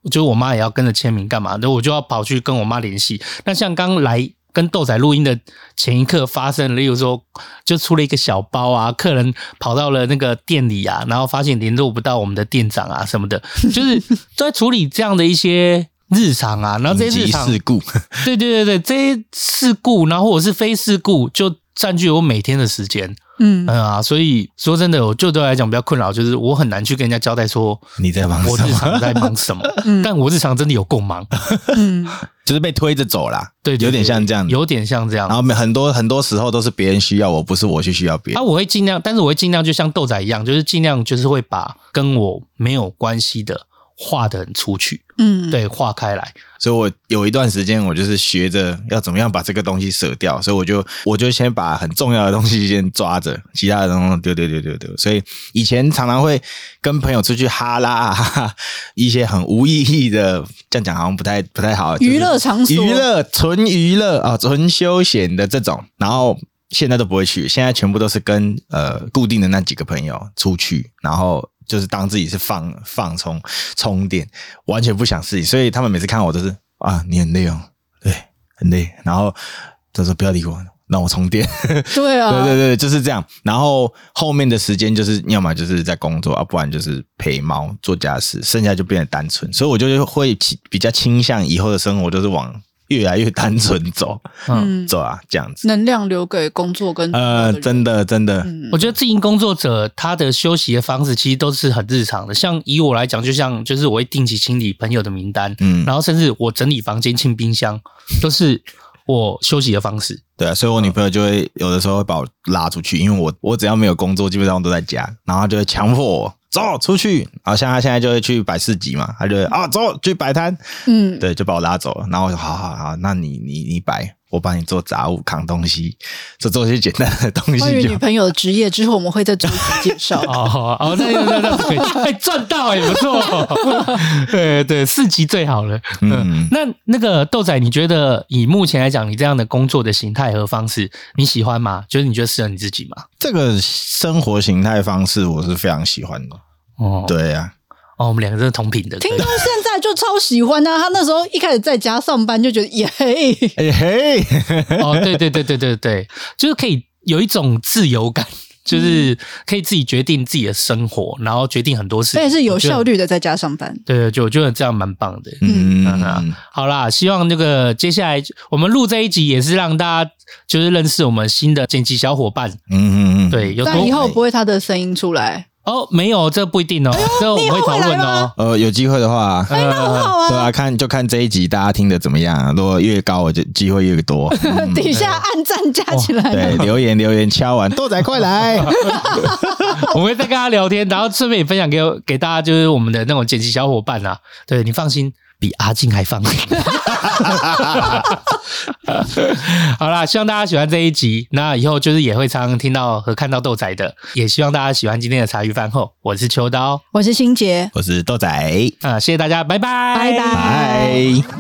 就是我妈也要跟着签名干嘛的，我就要跑去跟我妈联系。那像刚来跟豆仔录音的前一刻发生了，例如说就出了一个小包啊，客人跑到了那个店里啊，然后发现联络不到我们的店长啊什么的， 就是都在处理这样的一些日常啊， 然后这
紧
些日
急
常，
事故，
对对对对，这些事故，然后或者是非事故，就占据我每天的时间，
嗯，
嗯啊，所以说真的，我就对我来讲比较困扰，就是我很难去跟人家交代说
你在忙
我
什
日常
么？
在忙 什么，
嗯
但我日常真的有够忙，
嗯，
就是被推着走啦，
对对对
有点像这样子。
有点像这样
然。后很多很多时候都是别人需要我，不是我去需要别
啊，
人。
我会尽量，但是我会尽量，就像豆仔一样，就是尽量就是会把跟我没有关系的划得很出去，
嗯，
对，划开来。
所以我有一段时间，我就是学着要怎么样把这个东西舍掉，所以我就我就先把很重要的东西先抓着，其他的东西丢丢丢丢丢。所以以前常常会跟朋友出去哈拉啊， 哈哈啊一些很无意义的，这样讲好像不太不太好。就是
娱乐场所
娱乐纯娱乐啊，纯休闲的这种，然后。现在都不会去，现在全部都是跟呃固定的那几个朋友出去，然后就是当自己是放放松充电，完全不想事情，所以他们每次看我都是啊，你很累哦，对，很累。然后他说不要理我，让我充电。
对啊，
对对对，就是这样。然后后面的时间就是要么就是在工作，啊，不然就是陪猫做家事，剩下就变得单纯。所以我就会倾比较倾向以后的生活就是往越来越单纯走，
嗯，
嗯，
走啊，这样子。
能量留给工作跟
呃，真的真的，
嗯
我觉得自营工作者他的休息的方式其实都是很日常的。像以我来讲，就像就是我会定期清理朋友的名单，
嗯
然后甚至我整理房间、清冰箱，都是我休息的方式。。
对啊，所以
嗯
我女朋友就会有的时候会把我拉出去，因为我我只要没有工作，基本上都在家，然后她就会强迫我走出去。然后像她现在就会去摆市集嘛，她就会啊走去摆摊，
嗯，
对，就把我拉走了。然后我说好好好，那你你你摆，我帮你做杂物、扛东西，就做一些简单的东
关
西
于
就
女。朋友的职业，之后我们会再逐一介 绍
哦哦，那那那可以，哎，赚到也不错。对对，四级最好了。嗯
嗯，
那那个豆仔，你觉得以目前来讲，你这样的工作的形态和方式，你喜欢吗？就是你觉得适合你自己吗？
这个生活形态方式我是非常喜欢的。
哦，，
对啊呀、
哦，我们两个真是同频的。
听
对
到现在就超喜欢啊！他那时候一开始在家上班就觉得耶嘿，
啊，哎嘿，
哦，对对对对对对，就是可以有一种自由感，就是可以自己决定自己的生活，然后决定很多事情，
但也是有
我觉得
效。率的在家上班。
对对，就我觉得这样蛮棒的。
嗯
嗯嗯好啦，希望那个接下来我们录这一集也是让大家就是认识我们新的剪辑小伙伴，
嗯嗯，
对，有
但以
多
后不会他的声音出来，
哦，没有这不一定哦，
哎
这我们会讨论哦。
呃，有机会的话，
很好
对
啊。
啊，看就看这一集大家听的怎么样、啊，如果越高，我就机会越多。 嗯哦
底下暗赞加起来，
对，留言留言敲完，豆仔快来！
我们会再跟他聊天，然后顺便也分享给我给大家，就是我们的那种剪辑小伙伴啊。对你放心，比阿静还放心。 好啦，希望大家喜欢这一集。那以后就是也会常常听到和看到豆仔的，也希望大家喜欢今天的茶余饭后。我是秋刀，
我是心杰，
我是豆仔，
啊、谢谢大家，拜拜，
拜拜。
拜。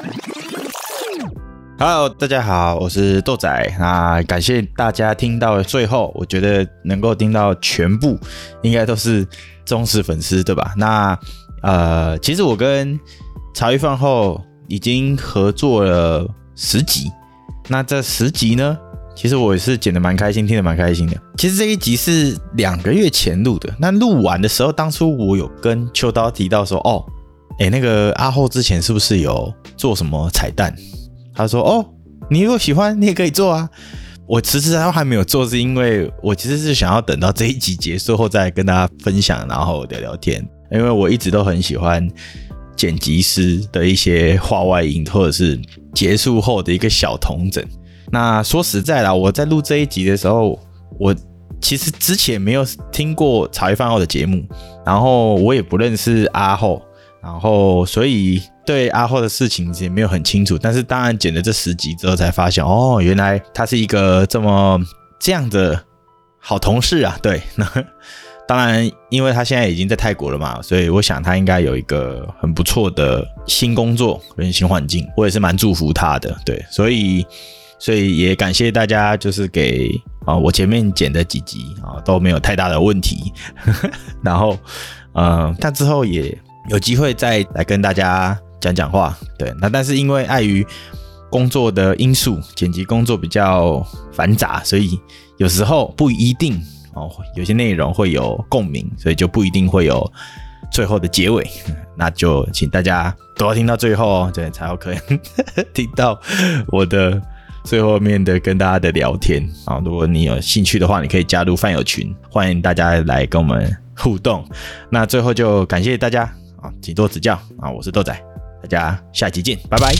Hello，大家好，我是豆仔。那感谢大家听到最后，我觉得能够听到全部，应该都是忠实粉丝，对吧？那呃，其实我跟茶余饭后已经合作了十集，那这十集呢，其实我也是剪得蛮开心，听得蛮开心的。其实这一集是两个月前录的，那录完的时候，当初我有跟秋刀提到说，哦，诶，那个阿后之前是不是有做什么彩蛋？他说：“哦，你如果喜欢，你也可以做啊。”我迟迟都还没有做，是因为我其实是想要等到这一集结束后再跟大家分享，然后聊聊天。因为我一直都很喜欢剪辑师的一些话外音，或者是结束后的一个小同整。那说实在啦，我在录这一集的时候，我其实之前没有听过茶余饭后的节目，然后我也不认识阿后，然后所以对阿后的事情也没有很清楚，但是当然剪了这十集之后才发现，哦，原来他是一个这么这样的好同事啊。对， 那当然，因为他现在已经在泰国了嘛，所以我想他应该有一个很不错的新工作跟新环境，我也是蛮祝福他的。对，所以。所以也感谢大家，就是给啊、我前面剪的几集啊、都没有太大的问题， 然后呃，但之后也有机会再来跟大家讲讲话。对，那但是因为碍于工作的因素，剪辑工作比较繁杂，所以有时候不一定哦，有些内容会有共鸣，所以就不一定会有最后的结尾。 那就请大家都要听到最后哦，对，才有可能 听到我的最后面的跟大家的聊天啊。如果你有兴趣的话，你可以加入饭友群，欢迎大家来跟我们互动。那最后就感谢大家啊，请多指教啊，我是豆仔，大家下期见，拜拜。